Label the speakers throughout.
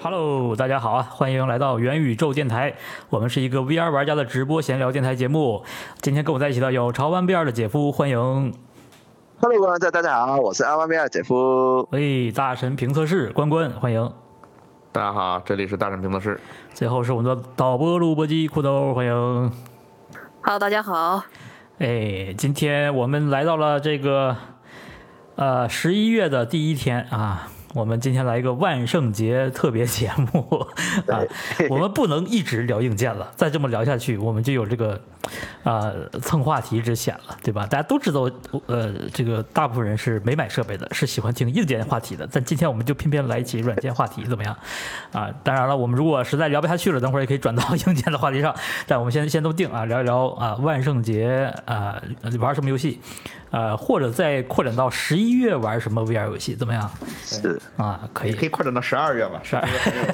Speaker 1: Hello，大家好啊！欢迎来到元宇宙电台，我们是一个 VR 玩家的直播闲聊电台节目。今天跟我在一起的有潮玩 VR 的姐夫，欢迎。
Speaker 2: Hello，大家大家好，我是 R 1 B 二姐夫。
Speaker 1: 哎，大神评测室关关，欢迎。
Speaker 3: 大家好，这里是大神评测室。
Speaker 1: 最后是我们的导播录播机裤兜，欢迎。
Speaker 4: Hello，大家好。
Speaker 1: 哎，今天我们来到了这个呃十一月的第一天啊。我们今天来一个万圣节特别节目 啊！我们不能一直聊硬件了，再这么聊下去，我们就有这个啊、呃、蹭话题之嫌了，对吧？大家都知道，呃，这个大部分人是没买设备的，是喜欢听硬件话题的。但今天我们就偏偏来一起软件话题，怎么样？啊，当然了，我们如果实在聊不下去了，等会儿也可以转到硬件的话题上。但我们先先都定啊，聊一聊啊万圣节啊玩什么游戏，呃、啊，或者再扩展到十一月玩什么 VR 游戏，怎么样？
Speaker 2: 是
Speaker 1: 啊，可以，
Speaker 3: 也可以扩展到十二月吧，十二月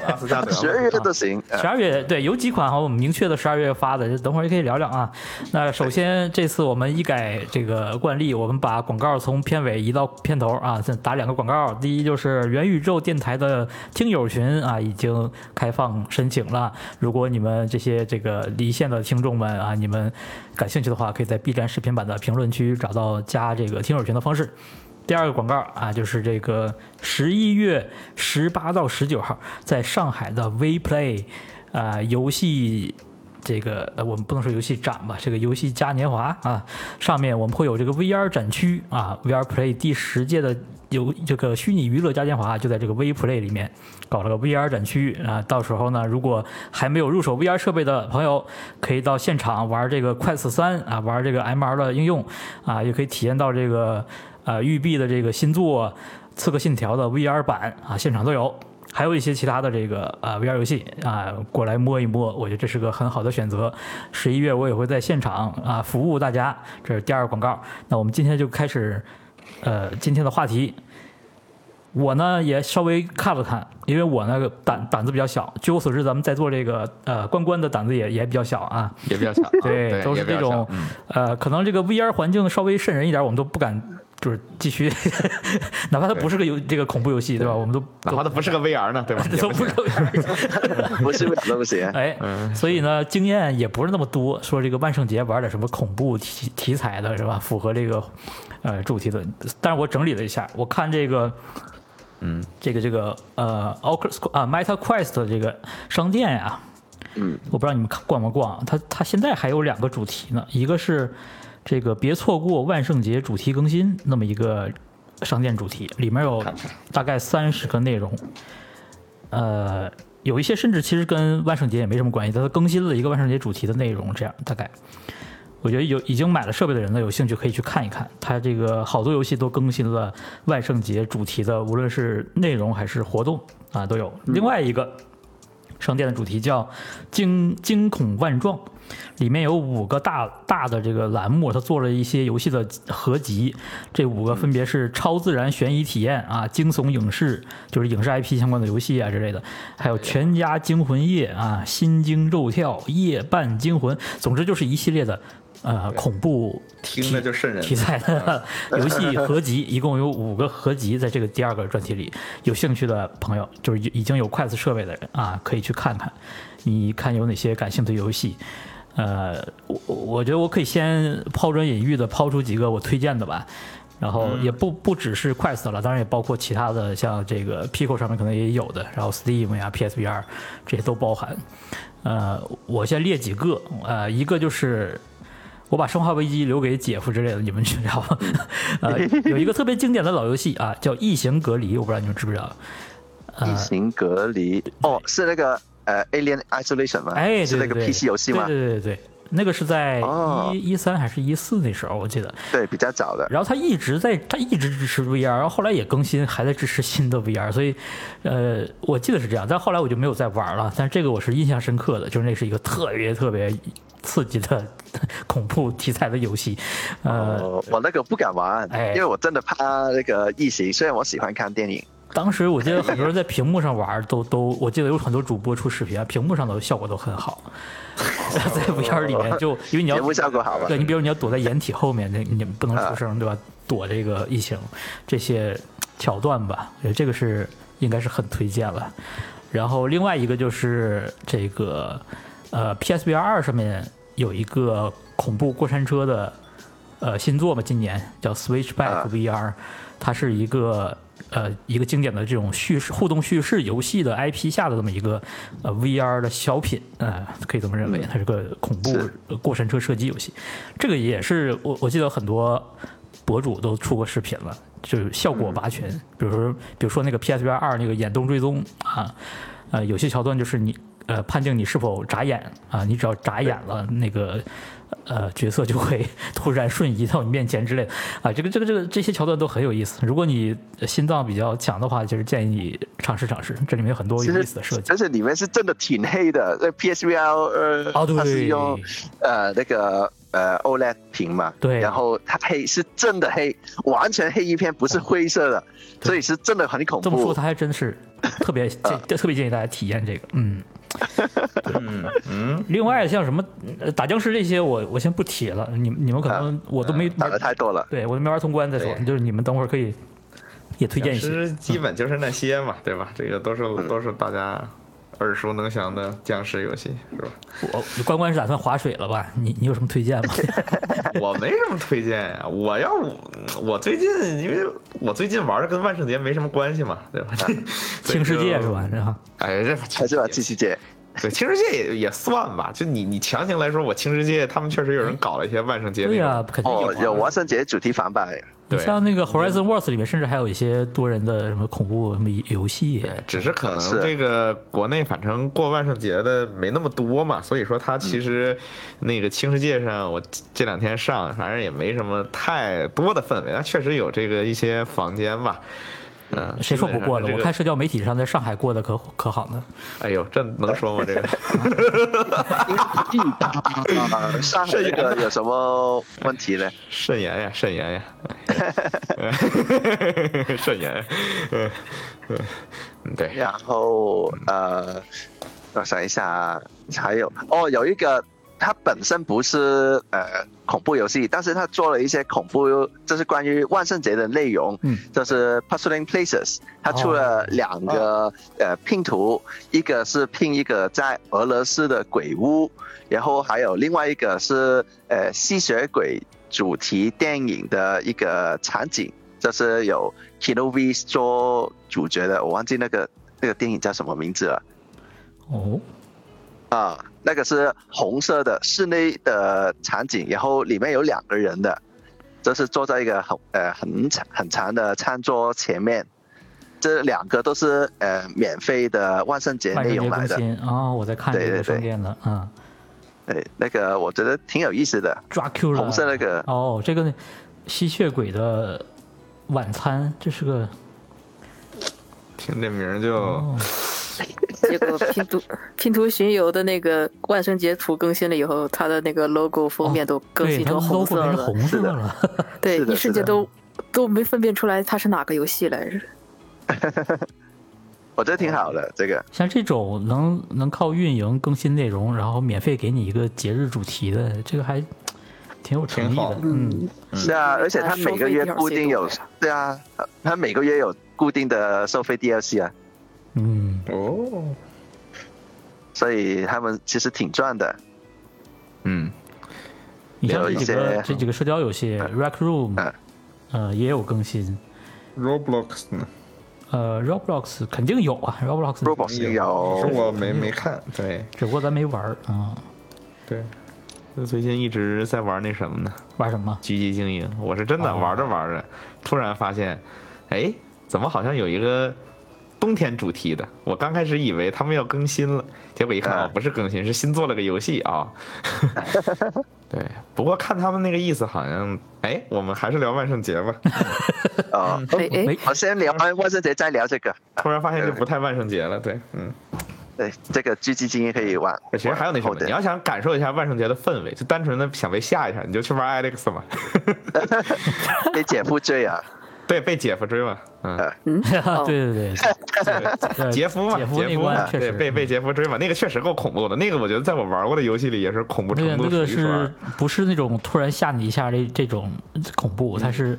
Speaker 3: 阿斯加德，
Speaker 2: 十二月都行。
Speaker 1: 十二月对，有几款哈，我们明确的十二月发的，等会儿也可以聊聊啊。那首先这次我们一改这个惯例，我们把广告从片尾移到片头啊，再打两个广告。第一就是元宇宙电台的听友群啊，已经开放申请了。如果你们这些这个离线的听众们啊，你们感兴趣的话，可以在 B 站视频版的评论区找到加这个听友群的方式。第二个广告啊，就是这个十一月十八到十九号，在上海的 WePlay 啊、呃、游戏这个呃我们不能说游戏展吧，这个游戏嘉年华啊，上面我们会有这个 VR 展区啊，VR Play 第十届的游这个虚拟娱乐嘉年华就在这个 WePlay 里面搞了个 VR 展区啊，到时候呢，如果还没有入手 VR 设备的朋友，可以到现场玩这个快四三啊，玩这个 MR 的应用啊，也可以体验到这个。啊、呃，育碧的这个新作《刺客信条》的 VR 版啊，现场都有，还有一些其他的这个啊、呃、VR 游戏啊、呃，过来摸一摸，我觉得这是个很好的选择。十一月我也会在现场啊服务大家，这是第二个广告。那我们今天就开始，呃，今天的话题。我呢也稍微看了看，因为我那个胆胆子比较小。据我所知，咱们在座这个呃关关的胆子也也比较小啊，
Speaker 3: 也比较小，
Speaker 1: 对，
Speaker 3: 对
Speaker 1: 都是这种、
Speaker 3: 嗯、
Speaker 1: 呃，可能这个 VR 环境稍微瘆人一点，我们都不敢就是继续， 哪怕它不是个游这个恐怖游戏，对吧？我们都
Speaker 3: 哪怕它不是个 VR 呢，对吧？
Speaker 1: 都不是个
Speaker 2: VR，不呃是都 不行。
Speaker 1: 哎，所以呢，经验也不是那么多。说这个万圣节玩点什么恐怖题题材的是吧？符合这个呃主题的。但是我整理了一下，我看这个。
Speaker 3: 嗯，
Speaker 1: 这个这个呃，Oculus 啊，MetaQuest 的这个商店呀、啊，
Speaker 2: 嗯，
Speaker 1: 我不知道你们逛没逛，它它现在还有两个主题呢，一个是这个别错过万圣节主题更新那么一个商店主题，里面有大概三十个内容，呃，有一些甚至其实跟万圣节也没什么关系，它更新了一个万圣节主题的内容，这样大概。我觉得有已经买了设备的人呢，有兴趣可以去看一看。它这个好多游戏都更新了万圣节主题的，无论是内容还是活动啊，都有。另外一个商店的主题叫“惊惊恐万状”，里面有五个大大的这个栏目，它做了一些游戏的合集。这五个分别是超自然悬疑体验啊、惊悚影视，就是影视 IP 相关的游戏啊之类的，还有全家惊魂夜啊、心惊肉跳、夜半惊魂，总之就是一系列的。呃，恐怖
Speaker 3: 听着就瘆人
Speaker 1: 题材的 游戏合集，一共有五个合集，在这个第二个专题里，有兴趣的朋友，就是已经有筷子设备的人啊，可以去看看，你看有哪些感兴趣的游戏。呃，我我觉得我可以先抛砖引玉的抛出几个我推荐的吧，然后也不不只是 Quest 了，当然也包括其他的，像这个 Pico 上面可能也有的，然后 Steam 呀、PSVR 这些都包含。呃，我先列几个，呃，一个就是。我把《生化危机》留给姐夫之类的，你们去聊。 呃，有一个特别经典的老游戏啊，叫《异形隔离》，我不知道你们知不知
Speaker 2: 啊
Speaker 1: 道。呃、
Speaker 2: 异形隔离哦，是那个呃《Alien Isolation》吗？
Speaker 1: 哎，
Speaker 2: 是那个 PC 游戏吗？哦
Speaker 1: 对对对对，那个是在一一三还是一四那时候，我记得。
Speaker 2: 对，比较早的。
Speaker 1: 然后它一直在，它一直支持 VR，然后后来也更新，还在支持新的 VR，所以呃，我记得是这样。但后来我就没有再玩了，但这个我是印象深刻的，就是那是一个特别特别。刺激的 恐怖题材的游戏，呃，
Speaker 2: 哦、我那个不敢玩，
Speaker 1: 哎，
Speaker 2: 因为我真的怕那个异形。虽然我喜欢看电影，
Speaker 1: 当时我记得很多人在屏幕上玩都，都都，我记得有很多主播出视频啊，屏幕上的效果都很好。 在 VR 里面就因为你要
Speaker 2: 屏幕效果好吧？
Speaker 1: 对你比如你要躲在掩体后面，那你不能出声，对吧？躲这个异形这些桥段吧，这个是应该是很推荐了。然后另外一个就是这个呃 PSVR 二上面有一个恐怖过山车的呃新作嘛，今年叫 Switchback
Speaker 2: 啊
Speaker 1: VR，它是一个。呃，一个经典的这种叙事互动叙事游戏的 IP 下的这么一个呃 VR 的小品，呃，可以这么认为，它是个恐怖
Speaker 2: 嗯是
Speaker 1: 呃过山车射击游戏。这个也是我我记得很多博主都出过视频了，就是效果拔群。比如说，比如说那个 PSVR 二那个眼动追踪啊，呃，有些桥段就是你呃判定你是否眨眼啊，你只要眨眼了，那个呃角色就会突然瞬移到你面前之类的啊。这个这个这个这些桥段都很有意思。如果你呃心脏比较强的话，就是建议你尝试尝试，这里面有很多
Speaker 2: 其
Speaker 1: 有意
Speaker 2: 实
Speaker 1: 思的设计。
Speaker 2: 而且里面是真的挺黑的。那 PSVR 呃，
Speaker 1: 哦对
Speaker 2: 它是用呃那个呃 OLED 屏嘛，
Speaker 1: 对
Speaker 2: 然后它黑是真的黑，完全黑一片，不是灰色的，
Speaker 1: 对
Speaker 2: 所以是真的很恐
Speaker 1: 这么说，
Speaker 2: 怖
Speaker 1: 他。还真是特别建特别建议大家体验这个，嗯。
Speaker 3: 嗯 嗯，
Speaker 1: 另外像什么呃打僵尸这些我，我先不提了，你们你们可
Speaker 3: 啊
Speaker 1: 能我都
Speaker 3: 呃
Speaker 1: 没、
Speaker 2: 打的太多了，
Speaker 1: 对我都没玩通关再说，
Speaker 3: 对
Speaker 1: 就是你们等会儿可以也推荐一
Speaker 3: 其
Speaker 1: 些。
Speaker 3: 实基本就是那些嘛，对吧？这个都是都是大家耳熟能详的僵尸游戏， 是吧？
Speaker 1: 我关关是打算划水了吧？你你有什么推荐 吗？
Speaker 3: 我没什么推荐呀、我要我最近，因为我最近玩的跟万圣节没什么关系嘛，对吧？所以
Speaker 1: 新世界
Speaker 3: 就是
Speaker 1: 吧？？然后
Speaker 3: 哎，这
Speaker 2: 还是吧，七七姐。
Speaker 3: 对，青世界也也算吧。就你你强行来说，我青世界他们确实有人搞了一些万圣节
Speaker 1: 对
Speaker 3: 那种，
Speaker 1: 呀、肯定有、
Speaker 2: 哦
Speaker 1: 啊。，
Speaker 2: 有万圣节主题反派，
Speaker 1: 你
Speaker 3: 对
Speaker 1: 像那个 Horizon Wars 里面，甚至还有一些多人的什么恐怖什么游戏。
Speaker 3: 对，只是可能
Speaker 2: 是
Speaker 3: 这个国内反正过万圣节的没那么多嘛，所以说它其实那个青世界上，我这这两天上，反正也没什么太多的氛围，它确实有这个一些房间吧。嗯，
Speaker 1: 谁说不过了？
Speaker 3: 基本上这个
Speaker 1: 我看社交媒体上在上海过得可可好呢。
Speaker 3: 哎呦，这能说吗？这个
Speaker 2: 啊，上海这个有什么问题呢？
Speaker 3: 慎言呀，慎言呀， 慎言。嗯嗯，对，
Speaker 2: 然后呃，我想一下，啊还有哦，有一个它本身不是呃恐怖游戏，但是它做了一些恐怖，就是关于万圣节的内容，
Speaker 1: 嗯
Speaker 2: 就是 Puzzling Places，它出
Speaker 1: 哦啊
Speaker 2: 了两个、呃拼图，一个是拼一个在俄罗斯的鬼屋，然后还有另外一个是呃吸血鬼主题电影的一个场景。就是有 Kino V 做主角的，我忘记那个那个电影叫什么名字了
Speaker 1: 哦，
Speaker 2: 啊。那个是红色的室内的场景，然后里面有两个人的，就是坐在一个很呃很长很长的餐桌前面。这两个都是呃免费的万圣节
Speaker 1: 万圣
Speaker 2: 内
Speaker 1: 节
Speaker 2: 容来
Speaker 1: 更
Speaker 2: 的，
Speaker 1: 新啊、我在看这
Speaker 2: 对对
Speaker 1: 个
Speaker 2: 对
Speaker 1: 商店的，嗯。
Speaker 2: 对，哎那个我觉得挺有意思的。
Speaker 1: Dracula
Speaker 2: 红色那个
Speaker 1: 哦，这个吸血鬼的晚餐，这是个
Speaker 3: 听这名儿就、
Speaker 1: 哦，
Speaker 4: 结果拼图拼图巡游的那个万圣节图更新了以后，它的那个 logo 封面都更
Speaker 1: 对，
Speaker 4: 新
Speaker 1: 它
Speaker 4: 成
Speaker 1: logo
Speaker 4: 红色
Speaker 1: 变成
Speaker 4: 了，
Speaker 1: 红色
Speaker 2: 是的
Speaker 1: 了，
Speaker 4: 对，
Speaker 2: 是的
Speaker 4: 一瞬间
Speaker 2: 是的
Speaker 4: 都都没分辨出来它是哪个游戏来着。
Speaker 2: 我觉得挺好的这个。
Speaker 1: 像这种能能靠运营更新内容，然后免费给你一个节日主题的，这个还挺有诚意
Speaker 3: 挺好
Speaker 1: 的。嗯，
Speaker 2: 是啊，
Speaker 4: 嗯
Speaker 2: 而且它每个月固定有
Speaker 4: 收费 DLC 都，
Speaker 2: 对啊，它每个月有固定的收费 DLC 啊，
Speaker 1: 嗯，
Speaker 3: 哦，
Speaker 2: 所以他们其实挺赚的。
Speaker 3: 嗯，
Speaker 1: 你像这几
Speaker 2: 有一
Speaker 1: 个
Speaker 2: 些
Speaker 1: 这几个社交游戏，Rec Room，
Speaker 2: 嗯
Speaker 1: 呃，也有更新。
Speaker 3: Roblox 呢？
Speaker 1: 呃，Roblox 肯定有啊，Roblox，
Speaker 2: Roblox 有
Speaker 3: 是我没没看。对
Speaker 1: 只不过咱没玩儿啊。
Speaker 3: 对，就最近一直在玩那什么呢？
Speaker 1: 玩什么？
Speaker 3: 狙击精英，我是真的
Speaker 1: 哦
Speaker 3: 玩着玩着，突然发现，哎，怎么好像有一个冬天主题的？我刚开始以为他们要更新了，结果一看
Speaker 2: 啊
Speaker 3: 哦，不是更新，是新做了个游戏 啊。对，不过看他们那个意思，好像，哎，我们还是聊万圣节吧。
Speaker 2: 哦，
Speaker 4: 哎哎
Speaker 1: 没，，
Speaker 2: 我先聊完万圣节再聊这个。
Speaker 3: 突然发现就不太万圣节了，对，嗯。
Speaker 2: 对，这个狙击精英可以玩。
Speaker 3: 其实还有那什么
Speaker 2: 后，
Speaker 3: 你
Speaker 2: 的
Speaker 3: 要想感受一下万圣节的氛围，就单纯的想被吓一下，你就去玩 Alex 嘛。
Speaker 2: 被姐夫追啊，
Speaker 3: 对，被姐夫追嘛，嗯，
Speaker 4: 嗯哦，
Speaker 1: 对对对，
Speaker 3: 杰夫嘛，
Speaker 1: 姐
Speaker 3: 杰
Speaker 1: 夫那
Speaker 3: 夫
Speaker 1: 关
Speaker 3: 嘛，
Speaker 1: 确
Speaker 3: 对，
Speaker 1: 实嗯
Speaker 3: 被被杰夫追嘛，那个确实够恐怖的，那个我觉得在我玩过的游戏里也是恐怖
Speaker 1: 那个
Speaker 3: 程度
Speaker 1: 那
Speaker 3: 数
Speaker 1: 个
Speaker 3: 一数二
Speaker 1: 是。不是那种突然吓你一下这这种恐怖，它是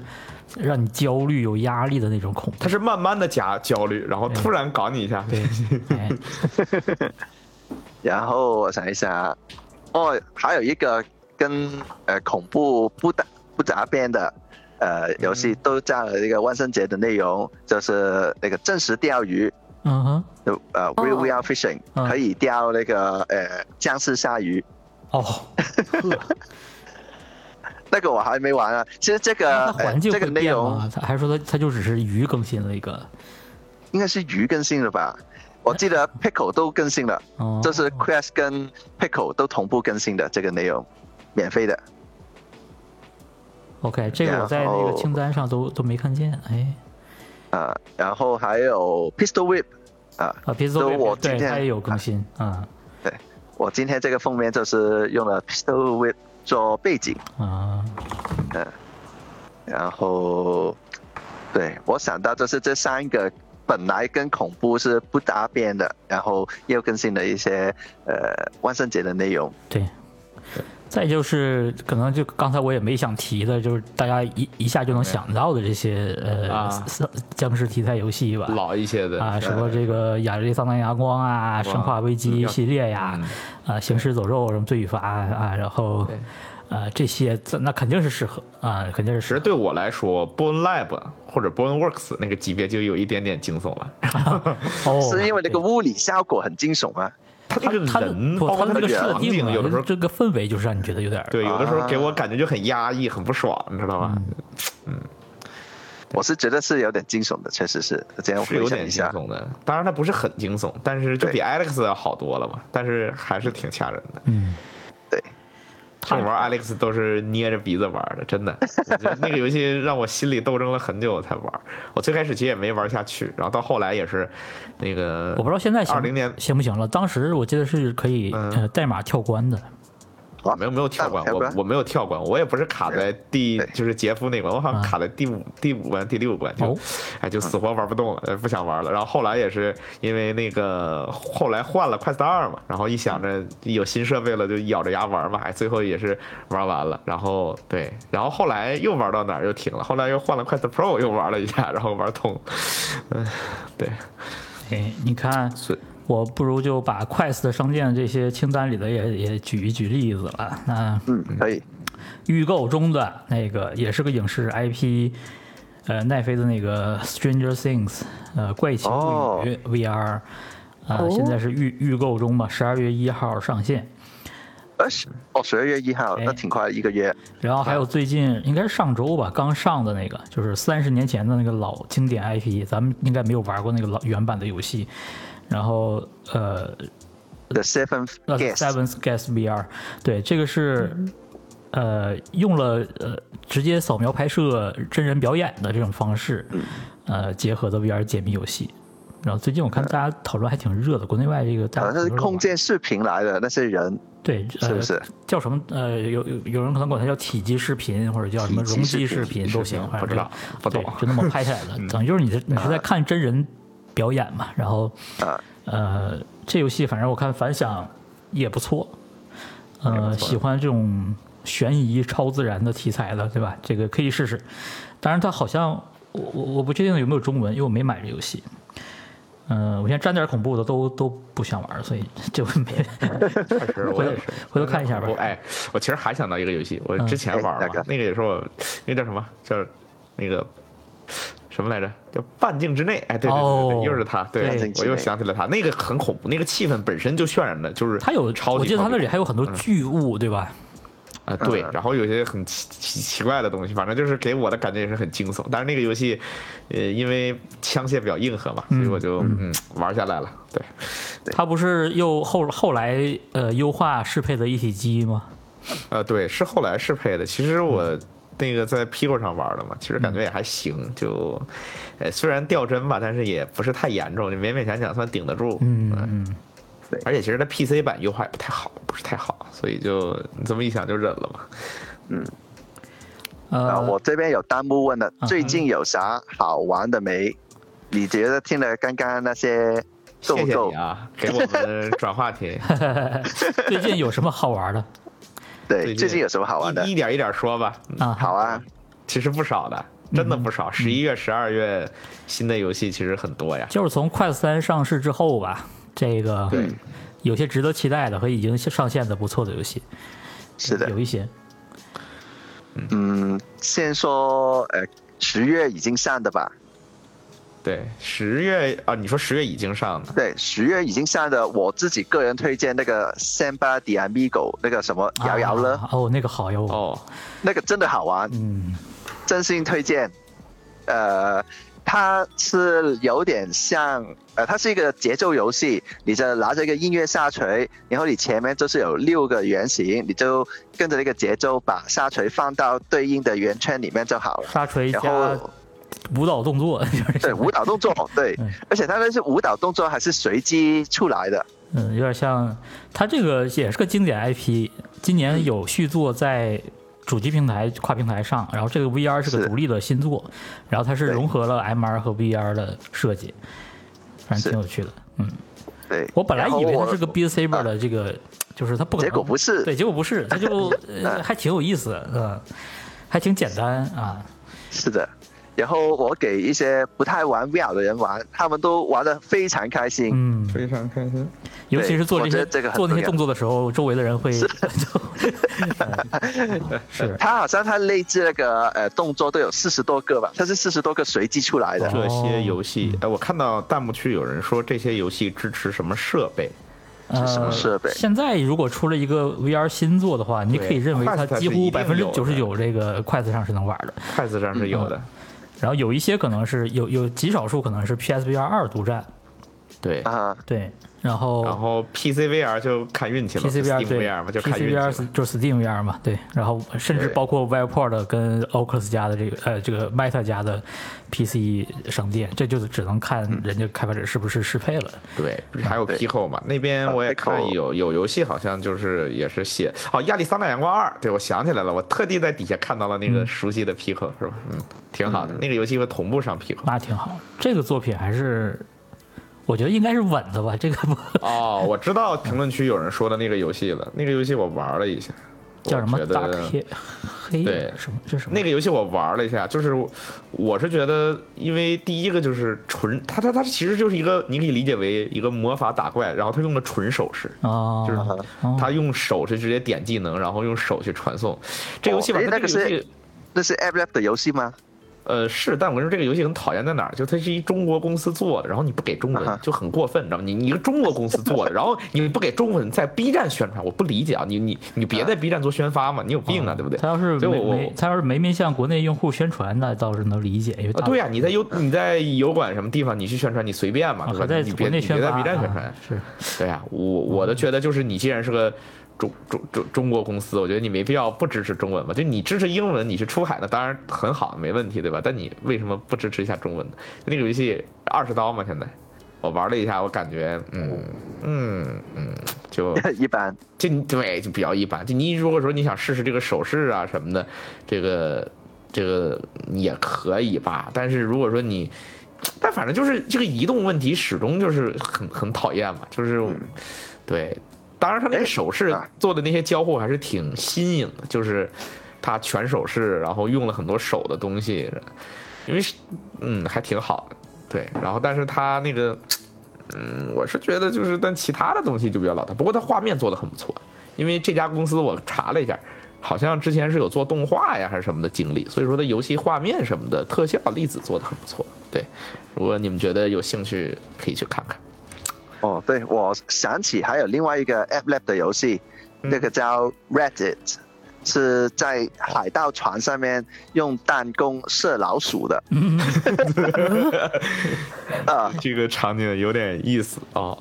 Speaker 1: 让你焦虑有压力的那种恐怖
Speaker 3: 它。是慢慢的加焦虑，然后突然搞你一下，
Speaker 1: 对，哎，
Speaker 2: 然后我想一想啊，哦，还有一个跟呃恐怖不搭不搭边的呃
Speaker 1: 嗯
Speaker 2: 游戏都占了这个万圣节的内容，就是那个真实钓鱼，
Speaker 1: 嗯哼，
Speaker 2: 呃呃 real real fishing，、
Speaker 1: 嗯
Speaker 2: 可以钓那个呃僵尸鲨鱼，
Speaker 1: 哦，
Speaker 2: 哎那个我还没玩啊。其实这
Speaker 1: 那
Speaker 2: 个
Speaker 1: 它环境
Speaker 2: 呃、这
Speaker 1: 会
Speaker 2: 个内
Speaker 1: 变
Speaker 2: 容
Speaker 1: 吗？它还是说它它就只是鱼更新了一个？
Speaker 2: 应该是鱼更新了吧？我记得 Pickle 都更新了，
Speaker 1: 哦，
Speaker 2: 这是 Quest 跟 Pickle 都同步更新的这个内容，免费的。
Speaker 1: OK，这个我在那个清单上都都没看见。哎，
Speaker 2: 啊，然后还有 Pistol Whip 啊，
Speaker 1: 啊，别
Speaker 2: 就
Speaker 1: 走，
Speaker 2: 我
Speaker 1: 对，
Speaker 2: 今天
Speaker 1: 它也有更新啊
Speaker 2: 我今天这个封面就是用了 Pistol Whip 做背景，
Speaker 1: 啊，
Speaker 2: 然后对我想到就是这三个本来跟恐怖是不搭边的，然后又更新了一些呃万圣节的内容。
Speaker 1: 对。再就是可能就刚才我也没想提的，就是大家一一下就能想到的这些呃
Speaker 3: 啊
Speaker 1: 僵尸题材游戏吧，
Speaker 3: 老一些的嗯
Speaker 1: 啊，什么这个《亚历桑那阳光》啊，《生化危机》系列呀，啊，《行尸走肉》什么《罪与罚》啊，然后
Speaker 3: 对，
Speaker 1: 啊，这些这那肯定是适合啊，肯定是
Speaker 3: 其
Speaker 1: 适
Speaker 3: 实
Speaker 1: 合。
Speaker 3: 对我来说，Bone Lab 或者 Bone Works 那个级别就有一点点惊悚了。
Speaker 1: 哦，
Speaker 2: 是因为那个物理效果很惊悚啊吗？
Speaker 3: 他这个
Speaker 1: 他的
Speaker 3: 人，
Speaker 1: 不，
Speaker 3: 包
Speaker 1: 他
Speaker 3: 括
Speaker 1: 的这
Speaker 3: 他
Speaker 1: 个
Speaker 3: 这
Speaker 1: 设
Speaker 3: 场
Speaker 1: 定
Speaker 3: 景，
Speaker 1: 啊，
Speaker 3: 有的时候
Speaker 1: 这个氛围就是让你觉得有点儿
Speaker 3: 对，有的时候给我感觉就很压抑，很不爽，你知道吧？
Speaker 1: 嗯
Speaker 2: 我是觉得是有点惊悚的，确实是。这样
Speaker 3: 是
Speaker 2: 回
Speaker 3: 有
Speaker 2: 想
Speaker 3: 点
Speaker 2: 一
Speaker 3: 惊
Speaker 2: 下，
Speaker 3: 悚的，当然它不是很惊悚，但是就比
Speaker 2: 对
Speaker 3: Alex 要好多了嘛，但是还是挺吓人的。
Speaker 1: 嗯，
Speaker 2: 对，
Speaker 3: 这玩 Alex 都是捏着鼻子玩的，真的。我觉得那个游戏让我心里斗争了很久我才玩，我最开始其实也没玩下去，然后到后来也是那个，
Speaker 1: 我不知道现在行
Speaker 3: 20年
Speaker 1: 行不行了，当时我记得是可以
Speaker 3: 嗯
Speaker 1: 呃代码跳关的，
Speaker 2: 好，
Speaker 3: 没有没有跳关，
Speaker 2: 啊跳
Speaker 3: 我
Speaker 2: 关
Speaker 3: 我没有跳关，我也不是卡在第
Speaker 2: 对
Speaker 3: 就是杰夫那关，我好像卡在第五、第五关第六关就，
Speaker 1: 哦
Speaker 3: 哎就死活玩不动了，呃不想玩了。然后后来也是因为那个后来换了快四二嘛，然后一想着有新设备了就咬着牙玩嘛，哎最后也是玩完了。然后对，然后后来又玩到哪儿又停了，后来又换了快四 Pro 又玩了一下，然后玩通了。嗯，对，
Speaker 1: 哎，你看，
Speaker 3: 是
Speaker 1: 我不如就把 Quest 的商店这些清单里的也也举一举例子了，那。
Speaker 2: 嗯，可以。
Speaker 1: 预购中的那个也是个影视 IP，呃，奈飞的那个《Stranger Things》，呃，《怪奇物语》VR，呃，
Speaker 4: 哦
Speaker 1: 现在是预预购中嘛，十二月一号上线。
Speaker 2: 二十哦，十二月一号，
Speaker 1: 哎
Speaker 2: 那挺快，一个月。
Speaker 1: 然后还有最近应该是上周吧，刚上的那个，就是三十年前的那个老经典 IP，咱们应该没有玩过那个老原版的游戏。然后呃，
Speaker 2: The Seventh
Speaker 1: 呃
Speaker 2: Guest，
Speaker 1: Seventh Guest VR，对，这个是、呃用了呃直接扫描拍摄真人表演的这种方式，
Speaker 2: 嗯
Speaker 1: 呃结合的 VR 解密游戏。然后最近我看大家讨论还挺热的，国内外这个大家
Speaker 2: 嗯好像
Speaker 1: 讨
Speaker 2: 是
Speaker 1: 论
Speaker 2: 空
Speaker 1: 玩
Speaker 2: 间视频来的那些人，
Speaker 1: 对，呃、
Speaker 2: 是不是？
Speaker 1: 叫什么？呃，有有有人可能管它叫体积视频，或者叫什么
Speaker 2: 体积
Speaker 1: 容积
Speaker 2: 视
Speaker 1: 视
Speaker 2: 频
Speaker 1: 频都行，反
Speaker 3: 不
Speaker 1: 正
Speaker 3: 知道不
Speaker 1: 对
Speaker 3: 懂，嗯
Speaker 1: 就那么拍下来 的。等于就是你是你是在看真人表演嘛，然后
Speaker 2: 啊
Speaker 1: 呃，这游戏反正我看反响也不错，
Speaker 3: 也
Speaker 1: 呃，
Speaker 3: 不错
Speaker 1: 喜欢这种悬疑超自然的题材的，对吧？这个可以试试。当然，它好像我我我不确定有没有中文，因为我没买这游戏。嗯、我现在沾点恐怖的都都不想玩，所以就没
Speaker 3: 确实我也是。
Speaker 1: 回头看一下吧嗯
Speaker 3: 我。哎，我其实还想到一个游戏，我之前玩
Speaker 2: 哎大，
Speaker 3: 嘛
Speaker 2: 哥
Speaker 3: 那个也是我，那个叫什么？叫那个什么来着？叫半径之内。哎，对对对
Speaker 1: 哦
Speaker 3: 对，又是他，
Speaker 1: 半
Speaker 3: 对
Speaker 2: 径，之
Speaker 3: 我
Speaker 2: 内
Speaker 3: 又想起了他，那个很恐怖，那个气氛本身就渲染的就是
Speaker 1: 它有，
Speaker 3: 超级，
Speaker 1: 我记得它
Speaker 3: 超级嗯
Speaker 1: 那里还有很多巨物，对吧？
Speaker 3: 啊，对
Speaker 2: 嗯，
Speaker 3: 然后有些很奇奇奇怪的东西，反正就是给我的感觉也是很惊悚。但是那个游戏，呃，因为枪械比较硬核嘛，所以我就嗯玩下来了。对，
Speaker 1: 它不是又后后来呃优化适配的一体机吗？
Speaker 3: 呃，对，是后来适配的。其实我那个在 Pico 上玩的嘛，其实感觉也还行，就，呃，虽然掉帧吧，但是也不是太严重，就勉勉强强算顶得住。呃
Speaker 1: 嗯嗯，
Speaker 3: 而且其实它 PC 版优化也不太好，不是太好，所以就你这么一想就忍了嘛。
Speaker 2: 呃，
Speaker 1: 呃，
Speaker 2: 我这边有弹幕问了，
Speaker 1: 嗯
Speaker 2: 最近有啥好玩的没？你觉得听了刚刚那些
Speaker 3: 谢
Speaker 2: 动
Speaker 3: 谢
Speaker 2: 作
Speaker 3: 你，啊，给我们转话题。
Speaker 1: 最近有什么好玩的
Speaker 3: 最
Speaker 2: 对，
Speaker 3: 近
Speaker 2: 最近有什么好玩啊的
Speaker 3: 一？一点一点说吧，
Speaker 1: 啊？
Speaker 2: 好啊，
Speaker 3: 其实不少的，真的不少。十一月、十二月新的游戏其实很多呀。
Speaker 1: 就是从快三上市之后吧，这个
Speaker 3: 对
Speaker 1: 有些值得期待的和已经上线的不错的游戏，
Speaker 2: 是的
Speaker 1: 有，一些
Speaker 2: 嗯，先说呃十月已经上的吧，
Speaker 3: 对，十月啊，你说十月已经上的，
Speaker 2: 对，十月已经上的，我自己个人推荐那个《三八 d Amigo》那个什么摇摇乐，
Speaker 1: 啊哦，那个好哟，
Speaker 3: 哦，
Speaker 2: 那个真的好玩，
Speaker 1: 嗯
Speaker 2: 真心推荐。呃，它是有点像，呃，它是一个节奏游戏，你就拿着一个音乐下垂，然后你前面就是有六个圆形，你就跟着那个节奏把下垂放到对应的圆圈里面就好了。
Speaker 1: 沙锤
Speaker 2: 然
Speaker 1: 加
Speaker 2: 后
Speaker 1: 舞蹈动作， 就是
Speaker 2: 对舞蹈动作，对
Speaker 1: 嗯，
Speaker 2: 而且它那是舞蹈动作还是随机出来的，
Speaker 1: 嗯，有点像，它这个也是个经典 IP，今年
Speaker 2: 嗯
Speaker 1: 有续作在主机平台、跨平台上，然后这个 VR 是个
Speaker 2: 是
Speaker 1: 独立的新作，然后它是
Speaker 2: 对
Speaker 1: 融合了 MR 和 VR 的设计，反正挺有趣的。嗯，
Speaker 2: 对。
Speaker 1: 我本来
Speaker 2: 然后
Speaker 1: 以为它
Speaker 2: 我
Speaker 1: 是个 Beat Saber
Speaker 2: 啊
Speaker 1: 的这个，就是它不可能，
Speaker 2: 结果不是啊
Speaker 1: 对，结果不是，它 就、呃、还挺有意思，嗯，还挺简单啊，
Speaker 2: 是的，然后我给一些不太玩 VR 的人玩，他们都玩得非常开心。
Speaker 1: 嗯，
Speaker 3: 非常开心。
Speaker 1: 尤其是做这
Speaker 2: 我觉
Speaker 1: 些
Speaker 2: 得这个很
Speaker 1: 做那些
Speaker 2: 重要
Speaker 1: 动作的时候，周围的人会 就 嗯是。
Speaker 2: 它好像它内置那个呃动作都有四十多个吧，它是四十多个随机出来的。
Speaker 1: 哦
Speaker 3: 这些游戏，哎，我看到弹幕区有人说这些游戏支持什么设备，
Speaker 1: 呃，
Speaker 2: 什么设备
Speaker 1: 现在如果出了一个 VR 新作的话，你
Speaker 3: 对
Speaker 1: 可以认为它
Speaker 3: Quest
Speaker 1: 几
Speaker 3: 是
Speaker 1: 乎
Speaker 3: 一
Speaker 1: 百
Speaker 3: 定
Speaker 1: 分之
Speaker 3: 有的
Speaker 1: 九十九这个筷子上是能玩的。
Speaker 3: 筷子上是有的。
Speaker 1: 嗯然后有一些可能是有有极少数可能是 PSVR 二独占，
Speaker 3: 对，
Speaker 2: 啊，
Speaker 1: 对，哦然后
Speaker 3: 然后 PC VR 就看运气了
Speaker 1: PCVR 对
Speaker 3: VR 嘛就看运气了。
Speaker 1: ，PCVR 就是 Steam VR 嘛，对，然后甚至
Speaker 3: 对
Speaker 1: 包括 Valport 跟 Oculus 家的这个呃这个 Meta 家的 PC 商店，这就是只能看
Speaker 3: 嗯
Speaker 1: 人家开发者是不是适配了。
Speaker 3: 对，还有
Speaker 2: 对
Speaker 3: Pico 嘛，那边我也看
Speaker 2: ，Pico
Speaker 3: 有有游戏，好像就是也是写哦，《亚历桑那阳光二》，对我想起来了，我特地在底下看到了那
Speaker 1: 嗯
Speaker 3: 个熟悉的 Pico，是吧？嗯，挺好的，那个游戏会同步上 Pico。
Speaker 1: 那挺好，这个作品还是我觉得应该是稳的吧，这个不
Speaker 3: 哦，我知道评论区有人说的那个游戏了，那个游戏我玩了一下，
Speaker 1: 叫什么
Speaker 3: 我觉
Speaker 1: Dark
Speaker 3: 得
Speaker 1: 黑 黑
Speaker 3: 对
Speaker 1: 什么这是什么
Speaker 3: 那个游戏我玩了一下，就是我我是觉得，因为第一个就是纯，它它它其实就是一个，你可以理解为一个魔法打怪，然后它用了纯手势，
Speaker 1: 哦，
Speaker 3: 就是
Speaker 2: 啊
Speaker 1: 哦
Speaker 3: 他用手去直接点技能，然后用手去传送。这游戏吧，
Speaker 2: 哦哎
Speaker 3: 它
Speaker 2: 那个
Speaker 3: 这个游
Speaker 2: 是
Speaker 3: 戏
Speaker 2: 那是 a p l a p 的游戏吗？
Speaker 3: 呃是，但我跟你说，这个游戏很讨厌在哪儿，就它是一中国公司做的，然后你不给中
Speaker 2: 啊
Speaker 3: 文
Speaker 2: 哈
Speaker 3: 就很过分，你知道吗？你你一个中国公 司做的，然后你不给中文在 B 站宣传，我不理解啊！你你你别在 B 站做宣发嘛，你有病啊，
Speaker 2: 哦
Speaker 3: 对不对？
Speaker 1: 他要是
Speaker 3: 所以
Speaker 1: 没
Speaker 3: 我我
Speaker 1: 没他要是没面向国内用户宣传，那倒是能理解，因为
Speaker 3: 啊，
Speaker 1: 大
Speaker 3: 对呀、你在油你在油管什么地方，你去宣传，你随便嘛，
Speaker 1: 啊
Speaker 3: 对
Speaker 1: 还
Speaker 3: 吧？
Speaker 1: 在
Speaker 3: 你
Speaker 1: 国
Speaker 3: 别
Speaker 1: 内
Speaker 3: 你
Speaker 1: 宣
Speaker 3: 别在
Speaker 1: 发
Speaker 3: B 站宣
Speaker 1: 啊
Speaker 3: 传，
Speaker 1: 是
Speaker 3: 对呀、我我的觉得就是你既然是个中中中中国公司，我觉得你没必要不支持中文吧？就你支持英文，你去出海那当然很好，没问题，对吧？但你为什么不支持一下中文呢？那个游戏二十刀嘛，现在我玩了一下，我感觉嗯嗯嗯，就
Speaker 2: 一般。
Speaker 3: 就你对就比较一般。就你如果说你想试试这个手势啊什么的，这个这个也可以吧。但是如果说你，但反正就是这个移动问题始终就是很很讨厌嘛，就是、对。当然，他那个手势
Speaker 2: 啊
Speaker 3: 做的那些交互还是挺新颖的，就是他全手势，然后用了很多手的东西，因为是嗯还挺好的，对。然后但是他那个嗯，我是觉得就是，但其他的东西就比较老套。不过它画面做的很不错，因为这家公司我查了一下，好像之前是有做动画呀还是什么的经历，所以说它游戏画面什么的特效粒子做的很不错。对，如果你们觉得有兴趣，可以去看看。
Speaker 2: 哦，对，我想起还有另外一个 a p l a p 的游戏，那个叫 Reddit，是在海盗船上面用弹弓射老鼠的。
Speaker 1: 嗯
Speaker 2: 啊，
Speaker 3: 这个场景有点意思哦，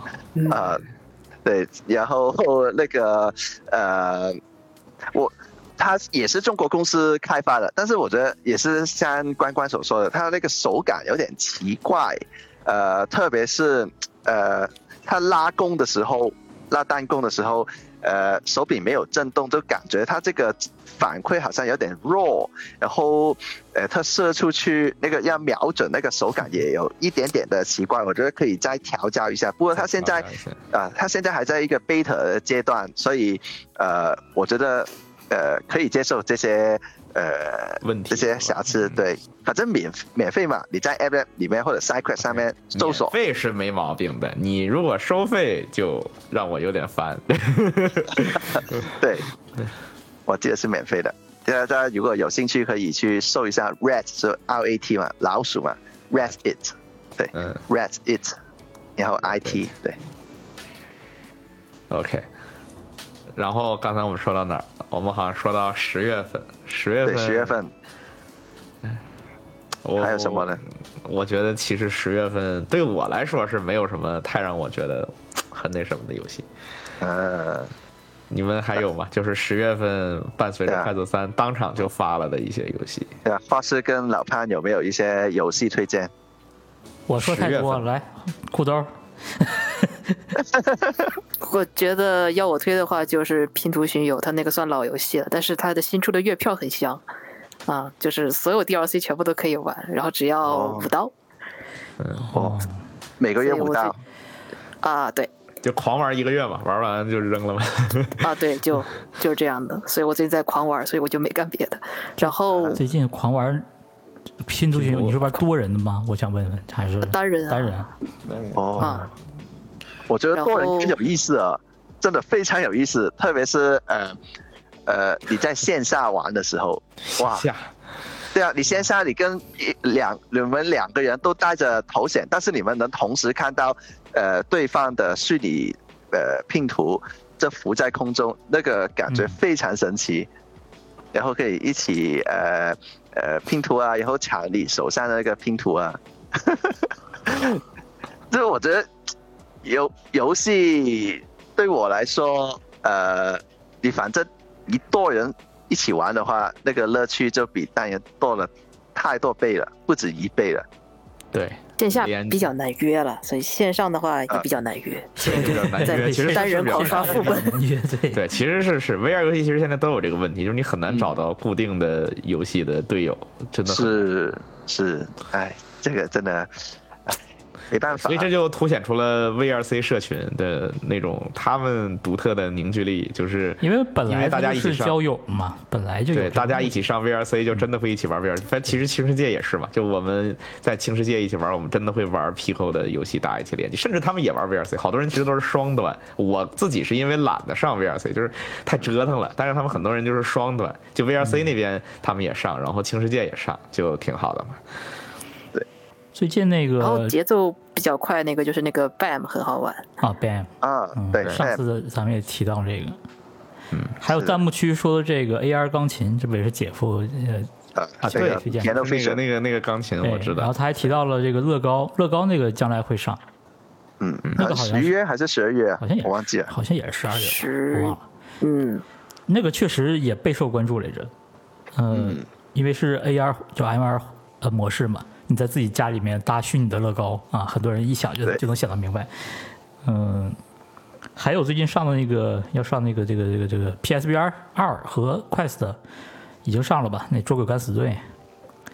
Speaker 2: 啊，对，然后那个呃，我它也是中国公司开发的，但是我觉得也是像关关所说的，它那个手感有点奇怪，呃，特别是呃，它拉弓的时候，拉单弓的时候，呃手柄没有震动，就感觉它这个反馈好像有点弱，然后呃它射出去那个要瞄准那个手感也有一点点的奇怪，我觉得可以再调教一下。不过它现在啊、它现在还在一个 beta 的阶段，所以呃我觉得呃可以接受这些呃
Speaker 3: 问题
Speaker 2: 这些瑕疵，
Speaker 3: 嗯
Speaker 2: 对，反正免免费嘛，你在 App 里面或者 SideQuest 上面搜索
Speaker 3: 免费是没毛病的，你如果收费就让我有点烦。
Speaker 2: 对，我记得是免费的。大家如果有兴趣，可以去搜一下 rat 是 R A T 嘛，老鼠嘛，rat it，对、
Speaker 3: 嗯
Speaker 2: r a t it，然后 I T，对，
Speaker 3: OK，然后刚才我们说到哪儿？我们好像说到十月份，十月
Speaker 2: 对，
Speaker 3: 份，
Speaker 2: 十月份
Speaker 3: 我
Speaker 2: 还有什么呢？
Speaker 3: 我觉得其实十月份对我来说是没有什么太让我觉得很那什么的游戏。哦
Speaker 2: 呃，
Speaker 3: 你们还有吗？就是十月份伴随着
Speaker 2: 对
Speaker 3: 《
Speaker 2: 啊
Speaker 3: 快速三》当场就发了的一些游戏。
Speaker 2: 对啊，花师跟老潘有没有一些游戏推荐？
Speaker 1: 我说太多
Speaker 3: 10
Speaker 1: 了，来，裤兜儿，
Speaker 4: 我觉得要我推的话，就是《拼图巡游》，它那个算老游戏了，但是它的新出的月票很香，啊，就是所有 DLC 全部都可以玩，然后只要
Speaker 2: 哦
Speaker 4: 五刀、
Speaker 2: 哦，每个月
Speaker 4: 所以我
Speaker 2: 五
Speaker 4: 是
Speaker 2: 道，
Speaker 4: 啊，对
Speaker 3: 就狂玩一个月嘛，玩完就扔了嘛。
Speaker 4: 啊，对，就就是这样的。所以我最近在狂玩，所以我就没干别的。然后
Speaker 1: 最近狂玩拼图群，你是玩多人的吗？我想问问，还是
Speaker 4: 单人啊
Speaker 1: 单人啊，
Speaker 2: 哦，
Speaker 4: 啊，
Speaker 2: 我觉得
Speaker 4: 然
Speaker 2: 多人
Speaker 4: 后
Speaker 2: 更有意思啊，真的非常有意思，特别是呃呃你在线下玩的时候，哇，
Speaker 3: 下
Speaker 2: 对啊，你线下你跟一两你们两个人都戴着头显，但是你们能同时看到呃对方的虚拟呃拼图，这浮在空中，那个感觉
Speaker 1: 嗯
Speaker 2: 非常神奇。然后可以一起呃呃拼图啊，然后抢你手上的那个拼图啊。 就
Speaker 4: 哦
Speaker 2: 是我觉得游游戏对我来说，呃，你反正一多人一起玩的话，那个乐趣就比单人多了太多倍了，不止一倍了。
Speaker 3: 对，
Speaker 4: 线下
Speaker 3: 连
Speaker 4: 比较难约了，所以线上的话也比较难约。
Speaker 3: 比较难
Speaker 4: 在
Speaker 3: 约，其实
Speaker 4: 单
Speaker 3: 是
Speaker 4: 人
Speaker 3: 比较
Speaker 4: 狂刷
Speaker 3: 难
Speaker 4: 副本，
Speaker 1: 乐队，
Speaker 3: 对，其实是是 VR 游戏，其实现在都有这个问题，就是你很
Speaker 4: 嗯
Speaker 3: 难找到固定的游戏的队友，真的很难。
Speaker 2: 是是，哎，这个真的哎没办法
Speaker 3: 所以。这就凸显出了 VRC 社群的那种他们独特的凝聚力，就是
Speaker 1: 因为本
Speaker 3: 因
Speaker 1: 来
Speaker 3: 为大家
Speaker 1: 它
Speaker 3: 一
Speaker 1: 就
Speaker 3: 起
Speaker 1: 是
Speaker 3: 上
Speaker 1: 交友嘛，本来就有
Speaker 3: 对，
Speaker 1: 这
Speaker 3: 大
Speaker 1: 个
Speaker 3: 家一起上 VRC 就真的会一起玩 VR，但其实轻世界也是嘛，就我们在轻世界一起玩，我们真的会玩 Pico 的游戏，大家一起联机，甚至他们也玩 VRC，好多人其实都是双端。我自己是因为懒得上 VRC，就是太折腾了，但是他们很多人就是双端，就
Speaker 1: 嗯
Speaker 3: VRC 那边他们也上，然后轻世界也上，就挺好的嘛。
Speaker 1: 最近那
Speaker 4: 然后
Speaker 1: 个
Speaker 4: 节奏比较快，那个就是那个 BAM 很好玩。
Speaker 1: 啊，bam，
Speaker 2: 啊，对，
Speaker 1: 上
Speaker 2: 哎
Speaker 1: 次的咱们也提到这个，嗯，还有
Speaker 2: 是
Speaker 1: 弹幕区说的这个 AR 钢琴，这不也是姐夫呃
Speaker 2: 啊，
Speaker 1: 这
Speaker 2: 这
Speaker 1: 个
Speaker 2: 个
Speaker 1: 推荐
Speaker 2: Piano
Speaker 3: 那个
Speaker 2: Fusion，
Speaker 3: 那个那个钢琴我
Speaker 1: 呃对
Speaker 3: 知
Speaker 1: 哎然
Speaker 3: 道
Speaker 1: 后，他还提到了这个乐高，乐高那个将来会上，
Speaker 2: 嗯，
Speaker 1: 那个好
Speaker 2: 十
Speaker 1: 像是
Speaker 2: 月还是十二月啊
Speaker 1: 好像也？是
Speaker 2: 我忘记了。
Speaker 1: 好像也是十二月，
Speaker 4: 十
Speaker 1: 我忘了。
Speaker 4: 嗯，
Speaker 1: 那个确实也备受关注来着，嗯，因为是 AR 就 MR 呃模式嘛，你在自己家里面搭虚拟的乐高啊，很多人一想就
Speaker 2: 对
Speaker 1: 就能想得明白。嗯，还有最近上的那个要上那个这个这个这个 PSVR 二和 Quest 已经上了吧？那捉鬼敢死队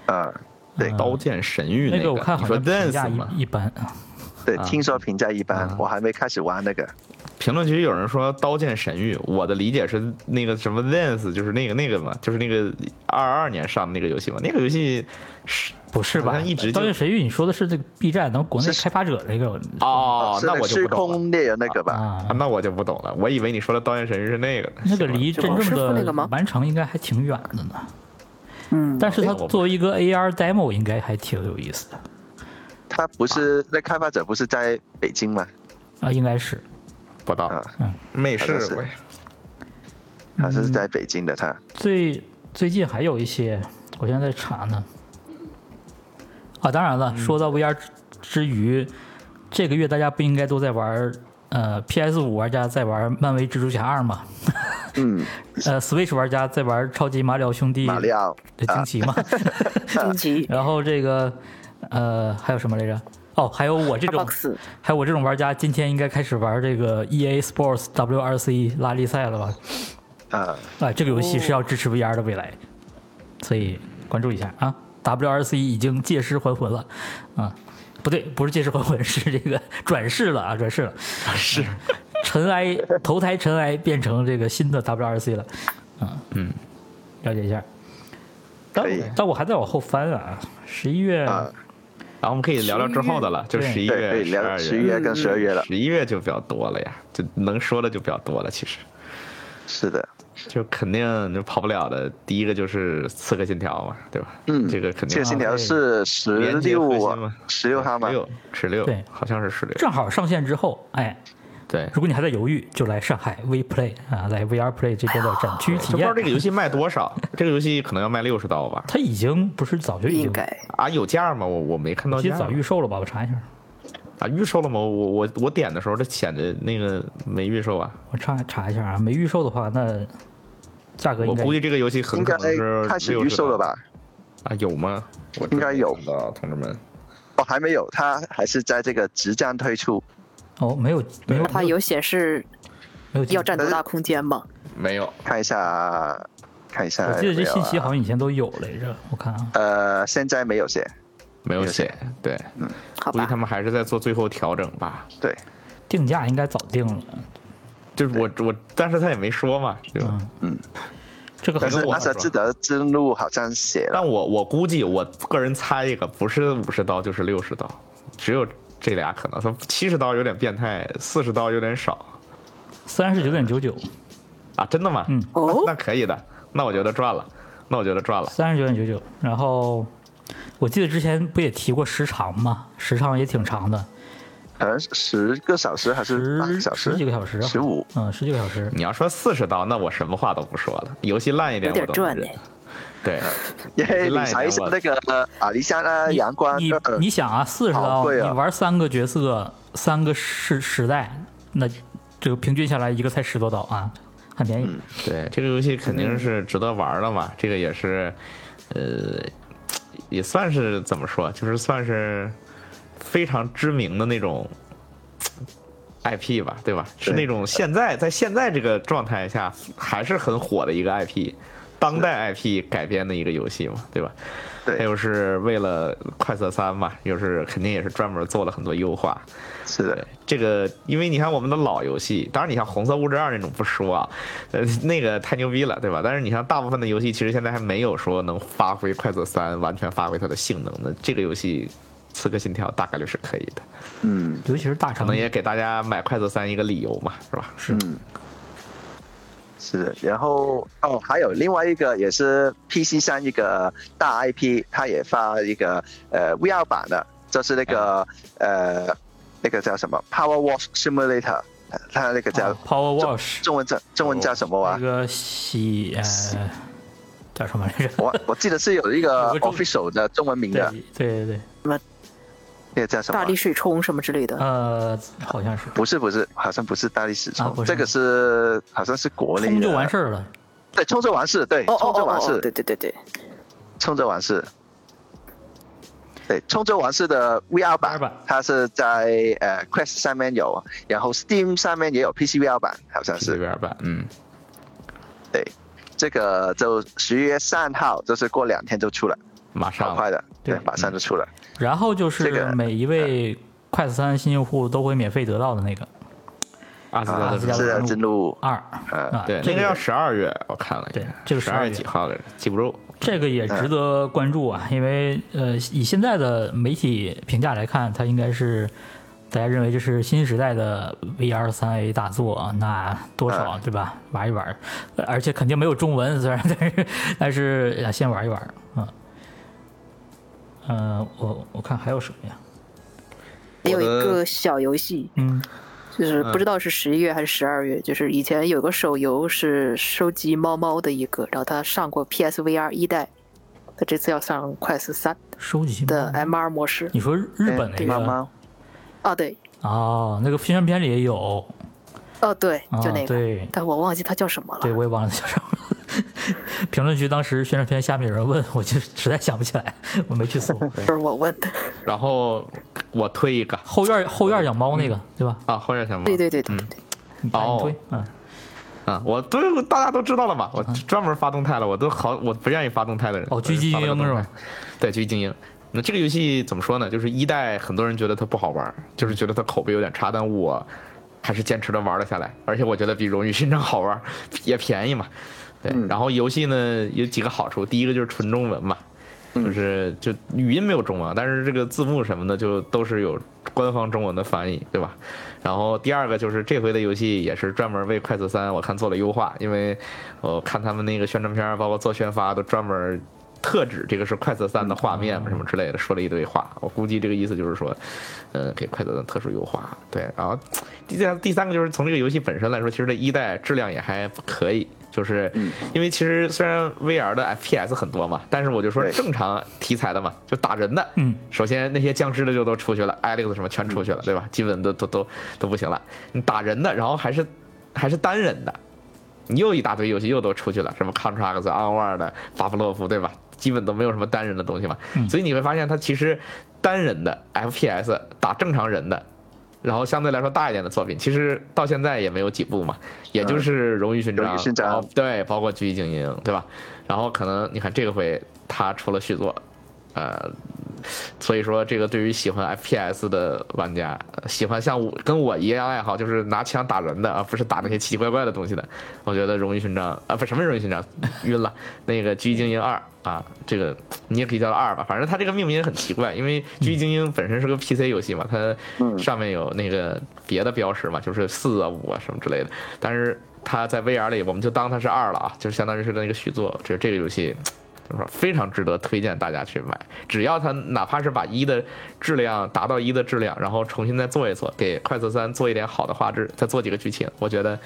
Speaker 2: 啊，对
Speaker 3: 《刀剑神域》
Speaker 1: 嗯那
Speaker 3: 个，
Speaker 1: 我看
Speaker 3: 你
Speaker 1: 好
Speaker 3: 说
Speaker 1: 像评价
Speaker 3: Dance 吗？
Speaker 1: 一一般，
Speaker 2: 对，听说评价一般，我还没开始玩那个。
Speaker 3: 评论区有人说《刀剑神域》，我的理解是那个什么 Lens，就是那个那个嘛，就是那个二二年上的那个游戏嘛。那个游戏是
Speaker 1: 不是
Speaker 3: 好
Speaker 1: 吧？
Speaker 3: 像一直就
Speaker 1: 刀剑神域，你说的是这个 B 站能国内开发者这个
Speaker 3: 哦，
Speaker 2: 是
Speaker 3: 那
Speaker 2: 个
Speaker 3: 我就
Speaker 2: 虚
Speaker 3: 不懂了。
Speaker 2: 空猎人那个吧？
Speaker 1: 啊
Speaker 3: 啊？那我就不懂了，我以为你说的《刀剑神域》是那个。
Speaker 1: 那个
Speaker 3: 行了
Speaker 1: 离
Speaker 4: 就
Speaker 1: 真
Speaker 4: 王师傅那
Speaker 1: 正的
Speaker 4: 个吗
Speaker 1: 完成应该还挺远的呢。
Speaker 4: 嗯
Speaker 1: 但
Speaker 2: 哎
Speaker 1: 是它
Speaker 3: 那我
Speaker 1: 作为一个 AR demo，应该还挺有意思的
Speaker 2: 他不是那开发者不是在北京吗？
Speaker 1: 啊，应该是
Speaker 3: 不到
Speaker 2: 啊，
Speaker 3: 美
Speaker 2: 好
Speaker 3: 式
Speaker 2: 像是
Speaker 3: 我也
Speaker 2: 他是在北京的他。
Speaker 1: 最最近还有一些，我现在在查呢。啊，当然
Speaker 2: 嗯
Speaker 1: 了，说到 VR 之之余，这个月大家不应该都在玩儿呃 PS 五玩家在玩漫威蜘蛛侠二吗？
Speaker 2: 嗯，
Speaker 1: 呃，Switch 玩家在玩超级马里奥兄弟
Speaker 2: 马里奥啊
Speaker 1: 的惊奇吗？
Speaker 4: 惊奇
Speaker 1: 然后这个呃还有什么来着？哦哦，还有我这
Speaker 2: 啊
Speaker 1: 种
Speaker 4: Xbox
Speaker 1: 还有我这种玩家，今天应该开始玩这个 EA Sports WRC 拉力赛了吧？
Speaker 2: 呃，
Speaker 1: 啊，这个游戏是要支持 VR 的未来，所以关注一下啊。WRC 已经借尸还魂了，啊，不对，不是借尸还魂，是这个 转世了啊，转世了，啊
Speaker 3: 是
Speaker 1: 尘埃投胎尘埃变成这个新的 WRC 了，啊，
Speaker 3: 嗯，
Speaker 1: 了解一下。但
Speaker 2: 可以
Speaker 1: 但我还在往后翻啊，十一月
Speaker 2: 啊，
Speaker 3: 然后我们可以聊聊之后的了，就
Speaker 1: 对
Speaker 3: 十一
Speaker 2: 对，可
Speaker 3: 月、
Speaker 2: 以
Speaker 3: 十二
Speaker 2: 聊十一
Speaker 3: 月。嗯
Speaker 2: 月跟十二月了，
Speaker 3: 十一月就比较多了呀，就能说的就比较多了。其实
Speaker 2: 是的，
Speaker 3: 就肯定就跑不了的，第一个就是《刺客信条》嘛，对吧？
Speaker 2: 嗯
Speaker 3: 这个肯
Speaker 2: 这
Speaker 3: 定
Speaker 2: 个信条是十
Speaker 3: 连接核心
Speaker 2: 六
Speaker 3: 嘛，
Speaker 2: 十六号吗？
Speaker 3: 六十六
Speaker 1: 对，
Speaker 3: 好像是十六。
Speaker 1: 正好上线之后，哎，
Speaker 3: 对，
Speaker 1: 如果你还在犹豫，就来上海 V Play 啊，来 VR Play 这边的展区体
Speaker 3: 就不知
Speaker 1: 验
Speaker 3: 道。啊这个游戏卖多少，这个游戏可能要卖六十刀吧？
Speaker 1: 它已经不是早就已
Speaker 4: 应
Speaker 1: 经
Speaker 4: 该
Speaker 3: 啊，有价吗？我我没看到
Speaker 1: 其
Speaker 3: 价
Speaker 1: 实早预售了吧？我查一下，
Speaker 3: 啊，预售了吗？我我我点的时候，这显着那个没预售啊。
Speaker 1: 我查查一下啊。没预售的话，那价格
Speaker 3: 我
Speaker 1: 应该
Speaker 3: 估计这个游戏很
Speaker 2: 应
Speaker 3: 可
Speaker 2: 该哎
Speaker 3: 能是
Speaker 2: 开始
Speaker 3: 60
Speaker 2: 预售了吧？
Speaker 3: 啊？有吗？我
Speaker 2: 应该有
Speaker 3: 真没看到，同志们。
Speaker 2: 哦，还没有，它还是在这个直站推出。
Speaker 1: 哦，没有没有
Speaker 4: 它有显示
Speaker 1: 没有
Speaker 4: 要占多大空间吗？
Speaker 3: 没有，
Speaker 2: 看一下，看一下
Speaker 1: 我
Speaker 2: 有没
Speaker 1: 记
Speaker 2: 有啊。
Speaker 1: 得这信息好像以前都有来着，我看啊，
Speaker 2: 呃，现在没有写。
Speaker 3: 没有
Speaker 2: 没有
Speaker 3: 写
Speaker 2: 写。
Speaker 3: 对，
Speaker 4: 好
Speaker 1: 呃
Speaker 3: 估计
Speaker 4: 吧
Speaker 3: 他，们还是在做最后调整吧。
Speaker 2: 对，
Speaker 1: 定价应该早定了。
Speaker 3: 就是我我，但是他也没说嘛，对吧？
Speaker 1: 嗯嗯，这个
Speaker 2: 但
Speaker 1: 很
Speaker 2: 是
Speaker 3: 我
Speaker 2: 阿萨之德之路好像写了，
Speaker 3: 但我我估计，我个人猜一个，不是五十刀就是六十刀，只有这俩可能。他七十刀有点变态，四十刀有点少
Speaker 1: 三十九点九九，
Speaker 3: 啊！真的吗？
Speaker 1: 嗯
Speaker 3: 那
Speaker 4: 哦
Speaker 3: 那可以的，那我觉得赚了，那我觉得赚了。
Speaker 1: 三十九点九九。然后我记得之前不也提过时长吗？时长也挺长的，
Speaker 2: 可能十个小时还是八个
Speaker 1: 十
Speaker 2: 小时？
Speaker 1: 十几个小时啊，
Speaker 2: 15
Speaker 1: 嗯，十几个小时。
Speaker 3: 你要说四十刀，那我什么话都不说了。游戏烂一点
Speaker 4: 有
Speaker 3: 我
Speaker 4: 点
Speaker 3: 都能
Speaker 4: 赚哎呢
Speaker 3: 忍。。对，
Speaker 2: 因为
Speaker 3: 赖
Speaker 2: 你查一下
Speaker 3: 我
Speaker 2: 那个呃阿里山啊、
Speaker 1: 你
Speaker 2: 阳光
Speaker 1: 你
Speaker 2: 二
Speaker 1: 你想啊，四十刀，
Speaker 2: 好
Speaker 1: 你
Speaker 2: 贵啊
Speaker 1: 玩三个角色，三个时时代，那这个平均下来一个才十多刀啊，很便宜。
Speaker 2: 嗯
Speaker 3: 对，这个游戏肯定是值得玩的嘛。这个也是，呃，也算是怎么说，就是算是非常知名的那种 IP 吧，对吧？是那种现在在现在这个状态下还是很火的一个 IP，当代 IP 改编的一个游戏嘛，对吧？
Speaker 2: 对
Speaker 3: 它又是为了《快色三》嘛，又是肯定也是专门做了很多优化，
Speaker 2: 是的，
Speaker 3: 这个，因为你看我们的老游戏，当然你像《红色物质二》那种不说啊，呃，那个太牛逼了，对吧？但是你像大部分的游戏，其实现在还没有说能发挥《快速三》完全发挥它的性能的。这个游戏，《刺客信条》大概率是可以的，
Speaker 2: 嗯，
Speaker 1: 尤其是大啊
Speaker 3: 可
Speaker 1: 厂
Speaker 3: 能也给大家买《快速三》一个理由嘛，是吧？
Speaker 1: 是
Speaker 2: 是的。然后哦，还有另外一个也是 PC 上一个大 IP，它也发一个呃 VR 版的，就是那个
Speaker 1: 嗯
Speaker 2: 呃那个叫什么 Power Wash Simulator，呃它那个叫、
Speaker 1: 啊 Power Wash
Speaker 2: 中文叫中文叫什么啊
Speaker 1: 这？个洗呃叫什么 来着？
Speaker 2: 我我记得是有一个
Speaker 1: 有个中
Speaker 2: official 的中文名
Speaker 1: 对
Speaker 2: 的，
Speaker 1: 对对对，
Speaker 2: 那个叫什么
Speaker 4: 大
Speaker 2: 啊？
Speaker 4: 力水冲什么之类的，
Speaker 1: 呃，好像是
Speaker 2: 不是不是，好像不是大力士
Speaker 1: 啊
Speaker 2: 冲，
Speaker 1: 不是
Speaker 2: 这个是好像是国内
Speaker 1: 冲就
Speaker 2: 的
Speaker 1: 完事儿了。
Speaker 2: 对，冲着完事，对，
Speaker 4: 哦哦
Speaker 2: 冲着
Speaker 4: 哦
Speaker 2: 完
Speaker 4: 哦，
Speaker 2: 事，
Speaker 4: 对对对对，
Speaker 2: 冲着完事。对，冲着完事的 VR
Speaker 1: 2版
Speaker 2: 版，它是在呃 Quest 上面有，然后 Steam 上面也有 PC VR 版，好像
Speaker 3: 随
Speaker 2: 是。
Speaker 3: 便吧，嗯，
Speaker 2: 对，这个就十一月三号，就是过两天就出了，
Speaker 3: 马
Speaker 2: 好
Speaker 3: 上
Speaker 2: 快的，
Speaker 1: 对
Speaker 2: 对，马上就出了。
Speaker 1: 然后就
Speaker 2: 这
Speaker 1: 是
Speaker 2: 个嗯
Speaker 1: 每一位快速三新用户都会免费得到的那个
Speaker 3: 阿斯
Speaker 2: 啊，
Speaker 3: 加
Speaker 1: 斯
Speaker 2: 是
Speaker 1: 加
Speaker 3: 德
Speaker 1: 路
Speaker 2: 的，真路，
Speaker 1: 二
Speaker 2: 呃
Speaker 1: 啊，
Speaker 3: 对，
Speaker 1: 这
Speaker 3: 那
Speaker 1: 个
Speaker 3: 个要十二月，我看了一
Speaker 1: 对
Speaker 3: 下，
Speaker 1: 这个
Speaker 3: 十二
Speaker 1: 12
Speaker 3: 月
Speaker 1: 月
Speaker 3: 几号来着？记不住。
Speaker 1: 这个也值得关注啊，因为呃，以现在的媒体评价来看，它应该是大家认为这是新时代的 VR 三 A 大作啊，那多少对吧？玩一玩，呃而且肯定没有中文，虽然 但是但是呃先玩一玩，嗯，呃，我我看还有什么呀？
Speaker 4: 也有一
Speaker 3: 我的
Speaker 4: 个小游戏，
Speaker 1: 嗯，
Speaker 4: 就是不知道是十一月还是十二月，就是以前有个手游是收集猫猫的一个，然后它上过 PSVR 一代，它这次要上快速三
Speaker 1: 收集
Speaker 4: 的 MR 模式
Speaker 1: 你说嗯日日本那
Speaker 2: 猫
Speaker 1: 个
Speaker 2: 猫，
Speaker 4: 啊，对，
Speaker 1: 哦，那个宣传片里也有，
Speaker 4: 哦对，就那
Speaker 1: 啊、
Speaker 4: 个，
Speaker 1: 对
Speaker 4: 但我忘记它叫什么
Speaker 1: 对，
Speaker 4: 了。
Speaker 1: 我也忘了叫什么了。 评论区当时宣传 片下面有人问，我就实在想不起来，我没去搜。
Speaker 4: 就是我问的，
Speaker 3: 然后我推一个
Speaker 1: 后院后院养猫那个对吧？
Speaker 3: 啊，后院小猫。
Speaker 4: 对对对
Speaker 1: 嗯
Speaker 4: 对对对，
Speaker 3: 哦
Speaker 1: 你把你推，嗯，
Speaker 3: 啊，我都大家都知道了嘛，我专门发动态了，我都好，我不愿意发动态的人。
Speaker 1: 啊哦狙击精英
Speaker 3: 我就发了个动态
Speaker 1: 是吧？
Speaker 3: 对，狙击精英。那这个游戏怎么说呢？就是一代很多人觉得它不好玩，就是觉得它口碑有点差，但我还是坚持的玩了下来，而且我觉得比《荣誉勋章》好玩，也便宜嘛。对，然后游戏呢有几个好处，第一个就是纯中文嘛，嗯就是就语音没有中文，但是这个字幕什么的就都是有官方中文的翻译，对吧？然后第二个就是这回的游戏也是专门为《快速三》我看做了优化，因为我看他们那个宣传片儿，包括做宣发都专门。特指这个是《快速三》的画面什么之类的，说了一堆话。我估计这个意思就是说，呃，给《快速三》特殊优化。对，然后第三第三个就是从这个游戏本身来说，其实这一代质量也还可以，就是因为其实虽然 VR 的 FPS 很多嘛，但是我就说
Speaker 2: 对
Speaker 3: 正常题材的嘛，就打人的，
Speaker 1: 嗯，
Speaker 3: 首先那些僵尸的就都出去了，Alex 什么全出去了，对吧？基本都都都都不行了，你打人的，然后还是还是单人的，你又一大堆游戏又都出去了，什么 Contracts、Onward、巴甫洛夫，对吧？基本都没有什么单人的东西嘛，
Speaker 2: 嗯
Speaker 3: 所以你会发现它其实单人的 FPS 打正常人的，然后相对来说大一点的作品，其实到现在也没有几部嘛，也就是《荣誉勋章》
Speaker 2: 嗯荣誉勋章
Speaker 3: 然后对，包括《狙击精英》，对吧？然后可能你看这个回他出了续作，呃，所以说，这个对于喜欢 FPS 的玩家，呃喜欢像我跟我一样爱好就是拿枪打人的，而不是打那些奇奇怪怪的东西的，我觉得《荣誉勋章》啊，不，什么《荣誉勋章》，晕了， 那个《狙击精英二》啊，这个你也可以叫它二吧，反正它这个命名很奇怪，因为《狙击精英》本身是个 PC 游戏嘛，它上面有那个别的标识嘛，就是四啊、五啊什么之类的，但是它在 VR 里，我们就当它是二了啊，就是相当于是那个续作，这这个游戏。怎么说非常值得推荐大家去买。只要它哪怕是把一的质量达到一的质量，然后重新再做一做，给快速三做一点好的画质，再做几个剧情，我觉得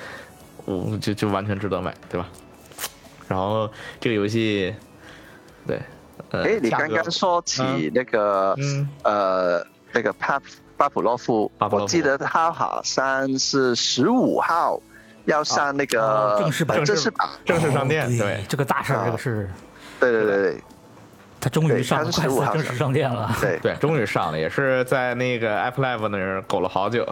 Speaker 3: 我就就完全值得买，对吧？然后这个游戏，对，呃，
Speaker 2: 哎，你
Speaker 3: 价
Speaker 2: 刚
Speaker 3: 格
Speaker 2: 刚说起那个、
Speaker 3: 嗯
Speaker 2: 呃那个帕巴甫洛夫，
Speaker 3: 巴甫洛夫
Speaker 2: 我记得他好像是十五号要上那个、
Speaker 1: 啊正式版
Speaker 2: 呃正式版，
Speaker 3: 正式商店
Speaker 1: 哦
Speaker 3: 对
Speaker 1: 这个大事儿，
Speaker 2: 啊
Speaker 1: 这个是
Speaker 2: 对对对对
Speaker 1: 他终于
Speaker 2: 对
Speaker 1: 上了
Speaker 2: 它是
Speaker 1: 快速
Speaker 2: 15号
Speaker 1: 正式商店了。
Speaker 2: 对。
Speaker 3: 对，终于上了，也是在那个 Apple Live 那儿苟了 好久，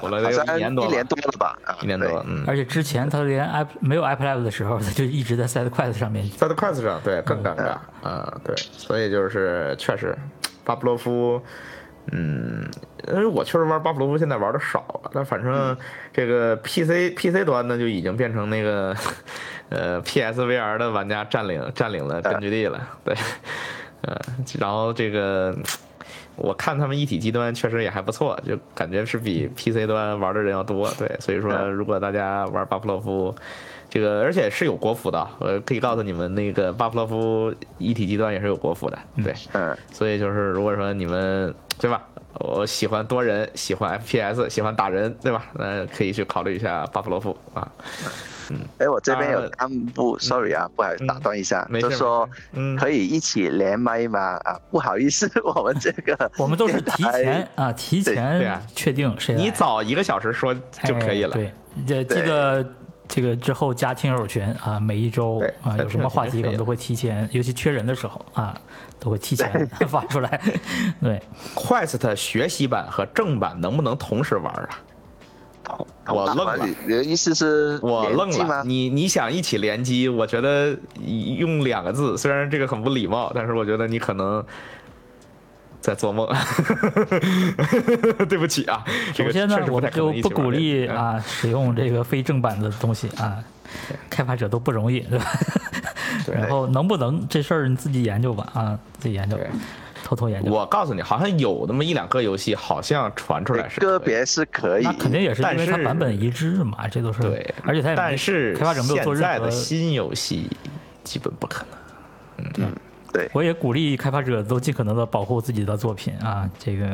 Speaker 3: 苟了
Speaker 2: 好
Speaker 3: 得有
Speaker 2: 像
Speaker 3: 一年多
Speaker 2: 一
Speaker 3: 了，
Speaker 2: 年多了吧，啊
Speaker 3: 一年多
Speaker 2: 对
Speaker 3: 了，嗯。
Speaker 1: 而且之前他连 App 没有 Apple App 的时候，他就一直在 Set 筷子上面。
Speaker 3: 在的筷子上，对，更尴尬，嗯，对，所以就是确实，巴甫洛夫，嗯，因为我确实玩巴甫洛夫现在玩的少了，但反正这个 PC PC 端呢就已经变成那个呃 PSVR 的玩家占领占领了根据地了，对，呃，然后这个。我看他们一体机端确实也还不错，就感觉是比 PC 端玩的人要多。对，所以说如果大家玩巴甫洛夫，这个而且是有国服的，我可以告诉你们，那个巴甫洛夫一体机端也是有国服的。对，
Speaker 2: 嗯，
Speaker 3: 所以就是如果说你们对吧，我喜欢多人，喜欢 FPS，喜欢打人，对吧？那可以去考虑一下巴甫洛夫啊。
Speaker 2: 哎，我这边
Speaker 3: 呃
Speaker 2: 有弹幕，sorry 啊，不好意思打断一下
Speaker 3: 嗯没，事
Speaker 2: 就说
Speaker 3: 没事嗯
Speaker 2: 可以一起连麦吗？啊，不好意思， 我们这个
Speaker 1: 我们都是提前
Speaker 2: 电
Speaker 1: 啊，提
Speaker 3: 对
Speaker 1: 前
Speaker 3: 啊
Speaker 1: 确定谁来
Speaker 3: 你早一个小时说就可以了。
Speaker 1: 哎对，这记
Speaker 2: 对
Speaker 1: 得这个之后加听友群啊，每一周
Speaker 3: 对
Speaker 1: 啊
Speaker 3: 加
Speaker 1: 有什么话
Speaker 3: 听
Speaker 1: 题
Speaker 3: 友群就可以
Speaker 1: 可能都会提前，尤其缺人的时候啊，都会提前 发出来。对，
Speaker 3: Quest 学习版和正版能不能同时玩啊？
Speaker 2: 台
Speaker 3: 我愣了
Speaker 2: 你你的啊意思是
Speaker 3: 我
Speaker 2: 联
Speaker 3: 愣
Speaker 2: 机
Speaker 3: 了，
Speaker 2: 吗？
Speaker 3: 你你想一起联机，我觉得用两个字，虽然这个很不礼貌，但是我觉得你可能在做梦。 对不起啊，这
Speaker 1: 首
Speaker 3: 个
Speaker 1: 先呢
Speaker 3: 确，实
Speaker 1: 我
Speaker 3: 太
Speaker 1: 们
Speaker 3: 可
Speaker 1: 就
Speaker 3: 能一起
Speaker 1: 不
Speaker 3: 玩
Speaker 1: 鼓励
Speaker 3: 这个。嗯
Speaker 1: 啊使用这个非正版的东西啊， 开发者都不容易，对吧？ 然后能不能这事儿你自己研究吧啊，自己研究
Speaker 3: 对，
Speaker 1: 偷偷研究。
Speaker 3: 我告诉你，好像有那么一两个游戏，好像传出来是
Speaker 2: 个
Speaker 3: 可以
Speaker 2: 别是可以
Speaker 1: 那，肯定也是因为它
Speaker 3: 但是
Speaker 1: 版本一致嘛，这都是
Speaker 3: 对，
Speaker 1: 而且它也没
Speaker 3: 但是
Speaker 1: 开发者没有做任
Speaker 3: 现在
Speaker 1: 何
Speaker 3: 的新游戏基本不可能。
Speaker 2: 对，
Speaker 1: 我也鼓励开发者都尽可能的保护自己的作品啊，这个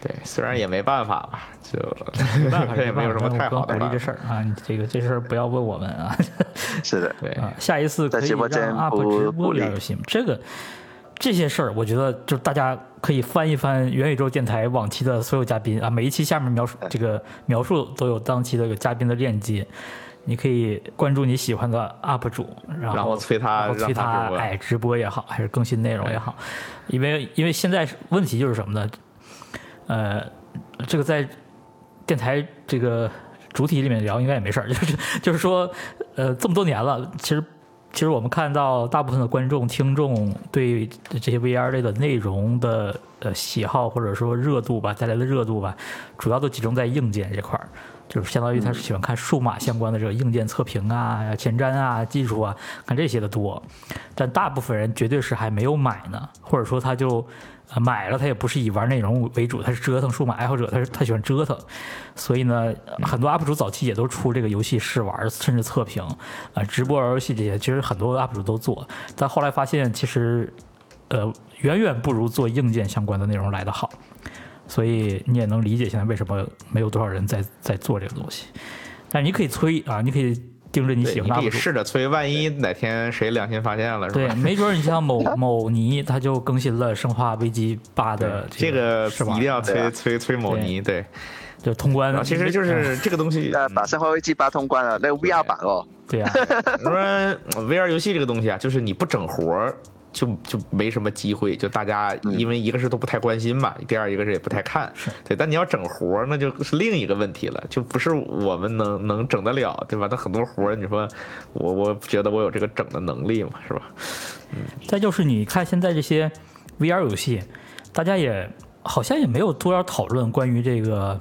Speaker 3: 对，虽然也没办法吧，就
Speaker 1: 没办法，
Speaker 3: 这也没有什么太
Speaker 1: 但我更
Speaker 3: 好的
Speaker 1: 鼓励
Speaker 3: 办
Speaker 1: 这
Speaker 3: 法。
Speaker 1: 事儿啊，你这个这事儿不要问我们啊
Speaker 2: 是的，
Speaker 3: 对，
Speaker 1: 啊，下一次可
Speaker 2: 在
Speaker 1: 以
Speaker 2: 直播间
Speaker 1: 让 UP
Speaker 2: 不
Speaker 1: 直播
Speaker 2: 不理
Speaker 1: 聊游戏吗？这个这些事儿，我觉得就是大家可以翻一翻元宇宙电台往期的所有嘉宾啊，每一期下面描述这个描述都有当期的有嘉宾的链接。你可以关注你喜欢的 UP 主，然后
Speaker 3: 然后催他
Speaker 1: 然后催
Speaker 3: 让他直播
Speaker 1: 哎，直播也好，还是更新内容也好，因为因为现在是问题就是什么呢？呃，这个在电台这个主体里面聊应该也没事儿， 就是就是说，呃，这么多年了，其实其实我们看到大部分的观众听众对这些 VR 类的内容的呃喜好或者说热度吧带来的热度吧，主要都集中在硬件这块儿。就是相当于他是喜欢看数码相关的这个硬件测评啊、前瞻啊、技术啊，看这些的多。但大部分人绝对是还没有买呢，或者说他就呃买了，他也不是以玩内容为主，他是折腾数码爱好者，他是他喜欢折腾。所以呢，很多 UP 主早期也都出这个游戏试玩，甚至测评啊、呃直播玩游戏这些，其实很多 UP 主都做。但后来发现，其实呃远远不如做硬件相关的内容来得好。所以你也能理解现在为什么没有多少人在在做这个东西。但是你可以催啊，你可以盯着你
Speaker 3: 对
Speaker 1: 喜
Speaker 3: 你
Speaker 1: 欢
Speaker 3: 可
Speaker 1: 的
Speaker 3: 以
Speaker 1: UP 主。
Speaker 3: 试着催，万一哪天谁良心发现了，是
Speaker 1: 对，
Speaker 3: 吧？
Speaker 1: 没准儿你像 某某泥，他就更新了《生化危机八》 的
Speaker 3: 这
Speaker 1: 个
Speaker 3: 个
Speaker 1: 是吧？
Speaker 3: 一定要
Speaker 2: 对啊
Speaker 3: 催催催某
Speaker 1: 对
Speaker 3: 尼，对。
Speaker 1: 就通关
Speaker 3: 然后，啊其实就
Speaker 1: 嗯
Speaker 3: 是这个东西，
Speaker 2: 呃，把《生化危机八》通关了，那个 VR 版哦，
Speaker 1: 对 呀、
Speaker 3: 你说嗯 VR 游戏这个东西啊，就是你不整活儿，就就没什么机会。就大家
Speaker 2: 嗯
Speaker 3: 因为一个是都不太关心嘛，第二一个是也不太看，对。但你要整活儿，那就是另一个问题了，就不是我们能能整得了，对吧？那很多活儿，你说我我觉得我有这个整的能力嘛，是吧？
Speaker 1: 再就是你看现在这些 VR 游戏，大家也好像也没有多少讨论关于这个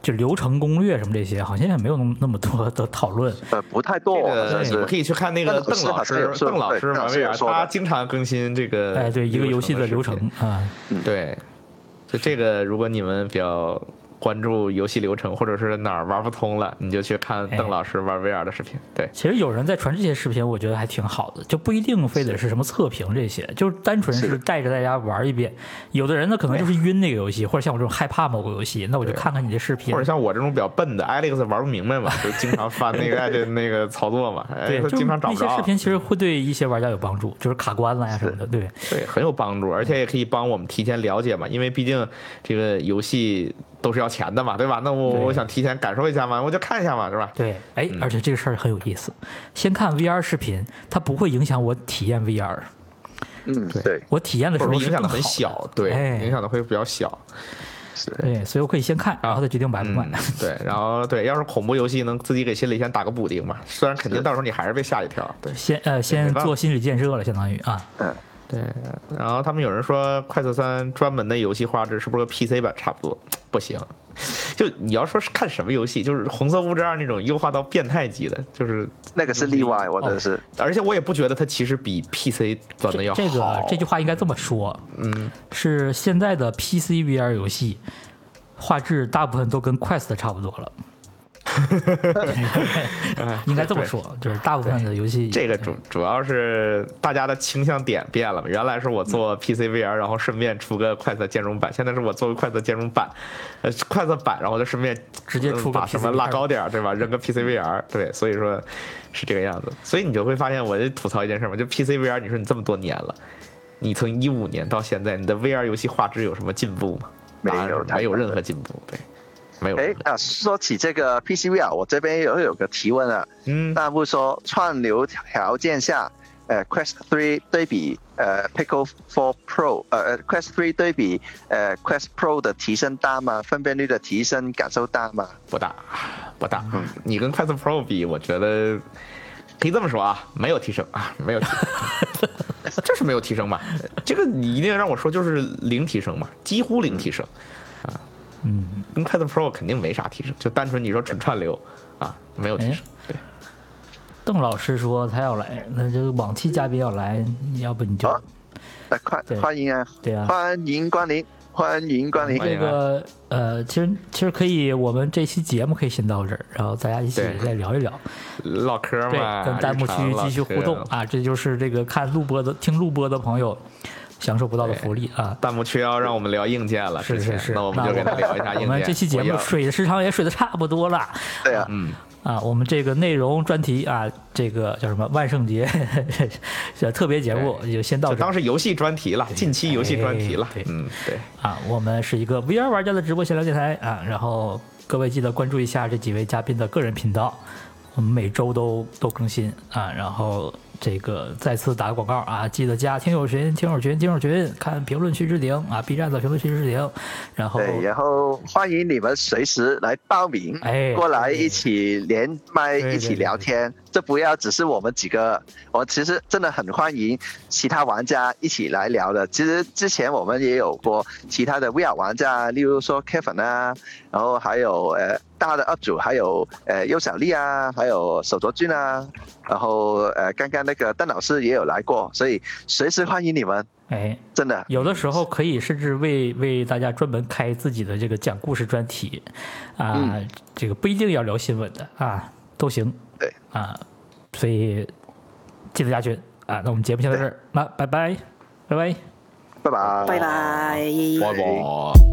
Speaker 1: 就流程攻略什么这些，好像也没有那么那么多的讨论。
Speaker 2: 呃，不太多
Speaker 3: 这
Speaker 2: 哦，
Speaker 3: 个
Speaker 2: 但
Speaker 3: 你们可
Speaker 2: 是
Speaker 3: 以去看那个
Speaker 2: 但
Speaker 3: 邓
Speaker 2: 是
Speaker 3: 老
Speaker 2: 好像
Speaker 3: 师
Speaker 2: 有，说
Speaker 3: 邓老师
Speaker 2: 对
Speaker 3: 玩
Speaker 2: 邓老师有
Speaker 3: VR，
Speaker 2: 说的
Speaker 3: 他经常更新这个
Speaker 1: 哎，对，一个游戏的流
Speaker 3: 视
Speaker 1: 程
Speaker 3: 频
Speaker 1: 啊、
Speaker 2: 嗯
Speaker 3: 对，就这个，如果你们比较关注游戏流程，或者是哪儿玩不通了，你就去看
Speaker 1: 哎
Speaker 3: 邓老师玩 VR 的视频。对，
Speaker 1: 其实有人在传这些视频，我觉得还挺好的，就不一定非得是什么测评这些，就是单纯是
Speaker 2: 是
Speaker 1: 带着大家玩一遍。有的人呢，可能就是晕那个游戏，或者像我这种害怕某个游戏，那我就
Speaker 3: 对
Speaker 1: 看看你的视频
Speaker 3: 或者。像我这种比较笨的，Alex 玩不明白嘛，就经常翻 那个哎对那个操作嘛，哎，
Speaker 1: 对，
Speaker 3: 他
Speaker 1: 就是
Speaker 3: 经常找
Speaker 1: 那
Speaker 3: 不
Speaker 1: 些视
Speaker 3: 着。啊
Speaker 1: 频其实会对一些玩家有帮助，就是卡关了呀什么的。对，
Speaker 3: 对，很有帮助，而且也可以帮我们提前了解嘛，因为毕竟这个游戏都是要钱的嘛，对吧？那我
Speaker 1: 对
Speaker 3: 我想提前感受一下嘛，我就看一下嘛，是吧？
Speaker 1: 对，哎，
Speaker 3: 嗯
Speaker 1: 而且这个事儿很有意思。先看 VR 视频，它不会影响我体验 VR，
Speaker 2: 嗯，对，
Speaker 1: 我体验的时
Speaker 3: 或者
Speaker 1: 候
Speaker 3: 说
Speaker 1: 是
Speaker 3: 影响的
Speaker 1: 更
Speaker 3: 很
Speaker 1: 好
Speaker 3: 小，对，
Speaker 1: 哎
Speaker 3: 影响的会比较小。
Speaker 2: 是
Speaker 1: 对，所以我可以先看，然后再决定买不买。
Speaker 3: 嗯、对，然后对，要是恐怖游戏能自己给心里先打个补丁嘛，虽然肯定到时候你还是被吓一跳。对
Speaker 1: 先呃，先
Speaker 3: 没办法
Speaker 1: 做心理建设了，相当于啊，
Speaker 2: 嗯，
Speaker 3: 对，然后他们有人说《快速三》专门的游戏画质是不是和 PC 版差不多？不行， 就你要说是看什么游戏，就是《红色物质二》那种优化到变态级的，就是
Speaker 2: 那个是例外，我真
Speaker 3: 哦
Speaker 2: 的是，
Speaker 3: 而且我也不觉得它其实比 PC 版的
Speaker 1: 这
Speaker 3: 要好。
Speaker 1: 这个这句话应该这么说，
Speaker 3: 嗯，
Speaker 1: 是现在的 PC VR 游戏画质大部分都跟 Quest 差不多 了。 应该这么说，就是大部分的游戏
Speaker 3: 这个主主要是大家的倾向点变了嘛，原来是我做
Speaker 1: 嗯
Speaker 3: PC VR，然后顺便出个快色兼容版，现在是我做个快色兼容版，呃，快色版，然后就顺便嗯
Speaker 1: 直接出个
Speaker 3: 把什么
Speaker 1: PC
Speaker 3: 拉高点儿，对吧？扔个 PC
Speaker 1: 嗯
Speaker 3: VR，对，所以说是这个样子，所以你就会发现，我就吐槽一件事嘛，就 PC VR，你说你这么多年了，你从一五年到现在，你的 VR 游戏画质有什么进步吗？
Speaker 2: 没有
Speaker 3: 答案是没有任何进步，对，没有任何
Speaker 2: 哎
Speaker 3: 进步。
Speaker 2: 啊，说起这个 PCVR，我啊这边有有个提问啊，
Speaker 3: 嗯，
Speaker 2: 弹幕说串流条件下，呃，Quest 3对比呃 Pico 4 Pro，呃呃，Quest 3对比呃 Quest Pro 的提升大吗？分辨率的提升感受大吗？
Speaker 3: 不大，不大。你跟快速 Pro 比，我觉得可以这么说啊，没有提升啊，没有提升，这是没有提升吧？这个你一定让我说，就是零提升嘛，几乎零提升。啊
Speaker 1: 嗯，
Speaker 3: 跟快速 Pro 肯定没啥提升，就单纯你说纯串流啊，没有提升。
Speaker 1: 哎
Speaker 3: 对，
Speaker 1: 邓老师说他要来，那就往期嘉宾要来，要不你就
Speaker 3: 啊
Speaker 2: 好那快
Speaker 1: 对
Speaker 2: 欢迎啊，
Speaker 1: 对啊
Speaker 2: 欢迎光临，欢迎光临
Speaker 3: 欢。迎
Speaker 1: 这个呃，其实其实可以，我们这期节目可以先到这儿，然后大家一起
Speaker 3: 对
Speaker 1: 再聊一聊。
Speaker 3: 唠嗑
Speaker 1: 对
Speaker 3: 嘛，，
Speaker 1: 跟弹幕区
Speaker 3: 日常
Speaker 1: 继续互
Speaker 3: 唠嗑
Speaker 1: 动啊，这就是这个看录播的、听录播的朋友享受不到的
Speaker 3: 对
Speaker 1: 福利啊。
Speaker 3: 弹幕区要让我们聊硬件了，
Speaker 1: 是
Speaker 3: 之
Speaker 1: 是
Speaker 3: 前
Speaker 1: 是，
Speaker 3: 那我们就给他聊一下
Speaker 1: 我
Speaker 3: 硬件。
Speaker 1: 们这期节
Speaker 3: 我
Speaker 1: 目
Speaker 3: 要
Speaker 1: 水的时长也水的差不多了
Speaker 2: 对啊，
Speaker 3: 嗯，
Speaker 1: 啊，我们这个内容专题啊，这个叫什么万圣节 这特别节目就先到
Speaker 3: 就
Speaker 1: 这儿
Speaker 3: 当是游戏专题了，近期游戏专题了
Speaker 1: 哎对。
Speaker 3: 嗯，对。
Speaker 1: 啊。我们是一个 VR 玩家的直播闲聊电台啊，然后各位记得关注一下这几位嘉宾的个人频道，我们每周都都更新啊，然后这个再次打个广告啊，记得加听友群、听友群、听友群，看评论区置顶啊，B 站的评论区置顶，然后
Speaker 2: 对，然后欢迎你们随时来报名，
Speaker 1: 哎
Speaker 2: 过来
Speaker 1: 对
Speaker 2: 一起连麦，
Speaker 3: 对
Speaker 2: 一起聊天。这不要只是我们几个，我其实真的很欢迎其他玩家一起来聊的。其实之前我们也有过其他的 VR 玩家，例如说 Kevin 啊，然后还有呃大的 UP 主，还有呃优小丽啊，还有手镯君啊，然后呃刚刚那个邓老师也有来过，所以随时欢迎你们，
Speaker 1: 哎，
Speaker 2: 真的。
Speaker 1: 有的时候可以甚至为为大家专门开自己的这个讲故事专题，啊，这个不一定要聊新闻的啊，都行。
Speaker 2: 对
Speaker 1: 啊，所以记得加群啊。那我们节目先到这儿，那拜拜，拜拜。
Speaker 2: 拜拜，
Speaker 4: 拜拜。
Speaker 3: 拜拜。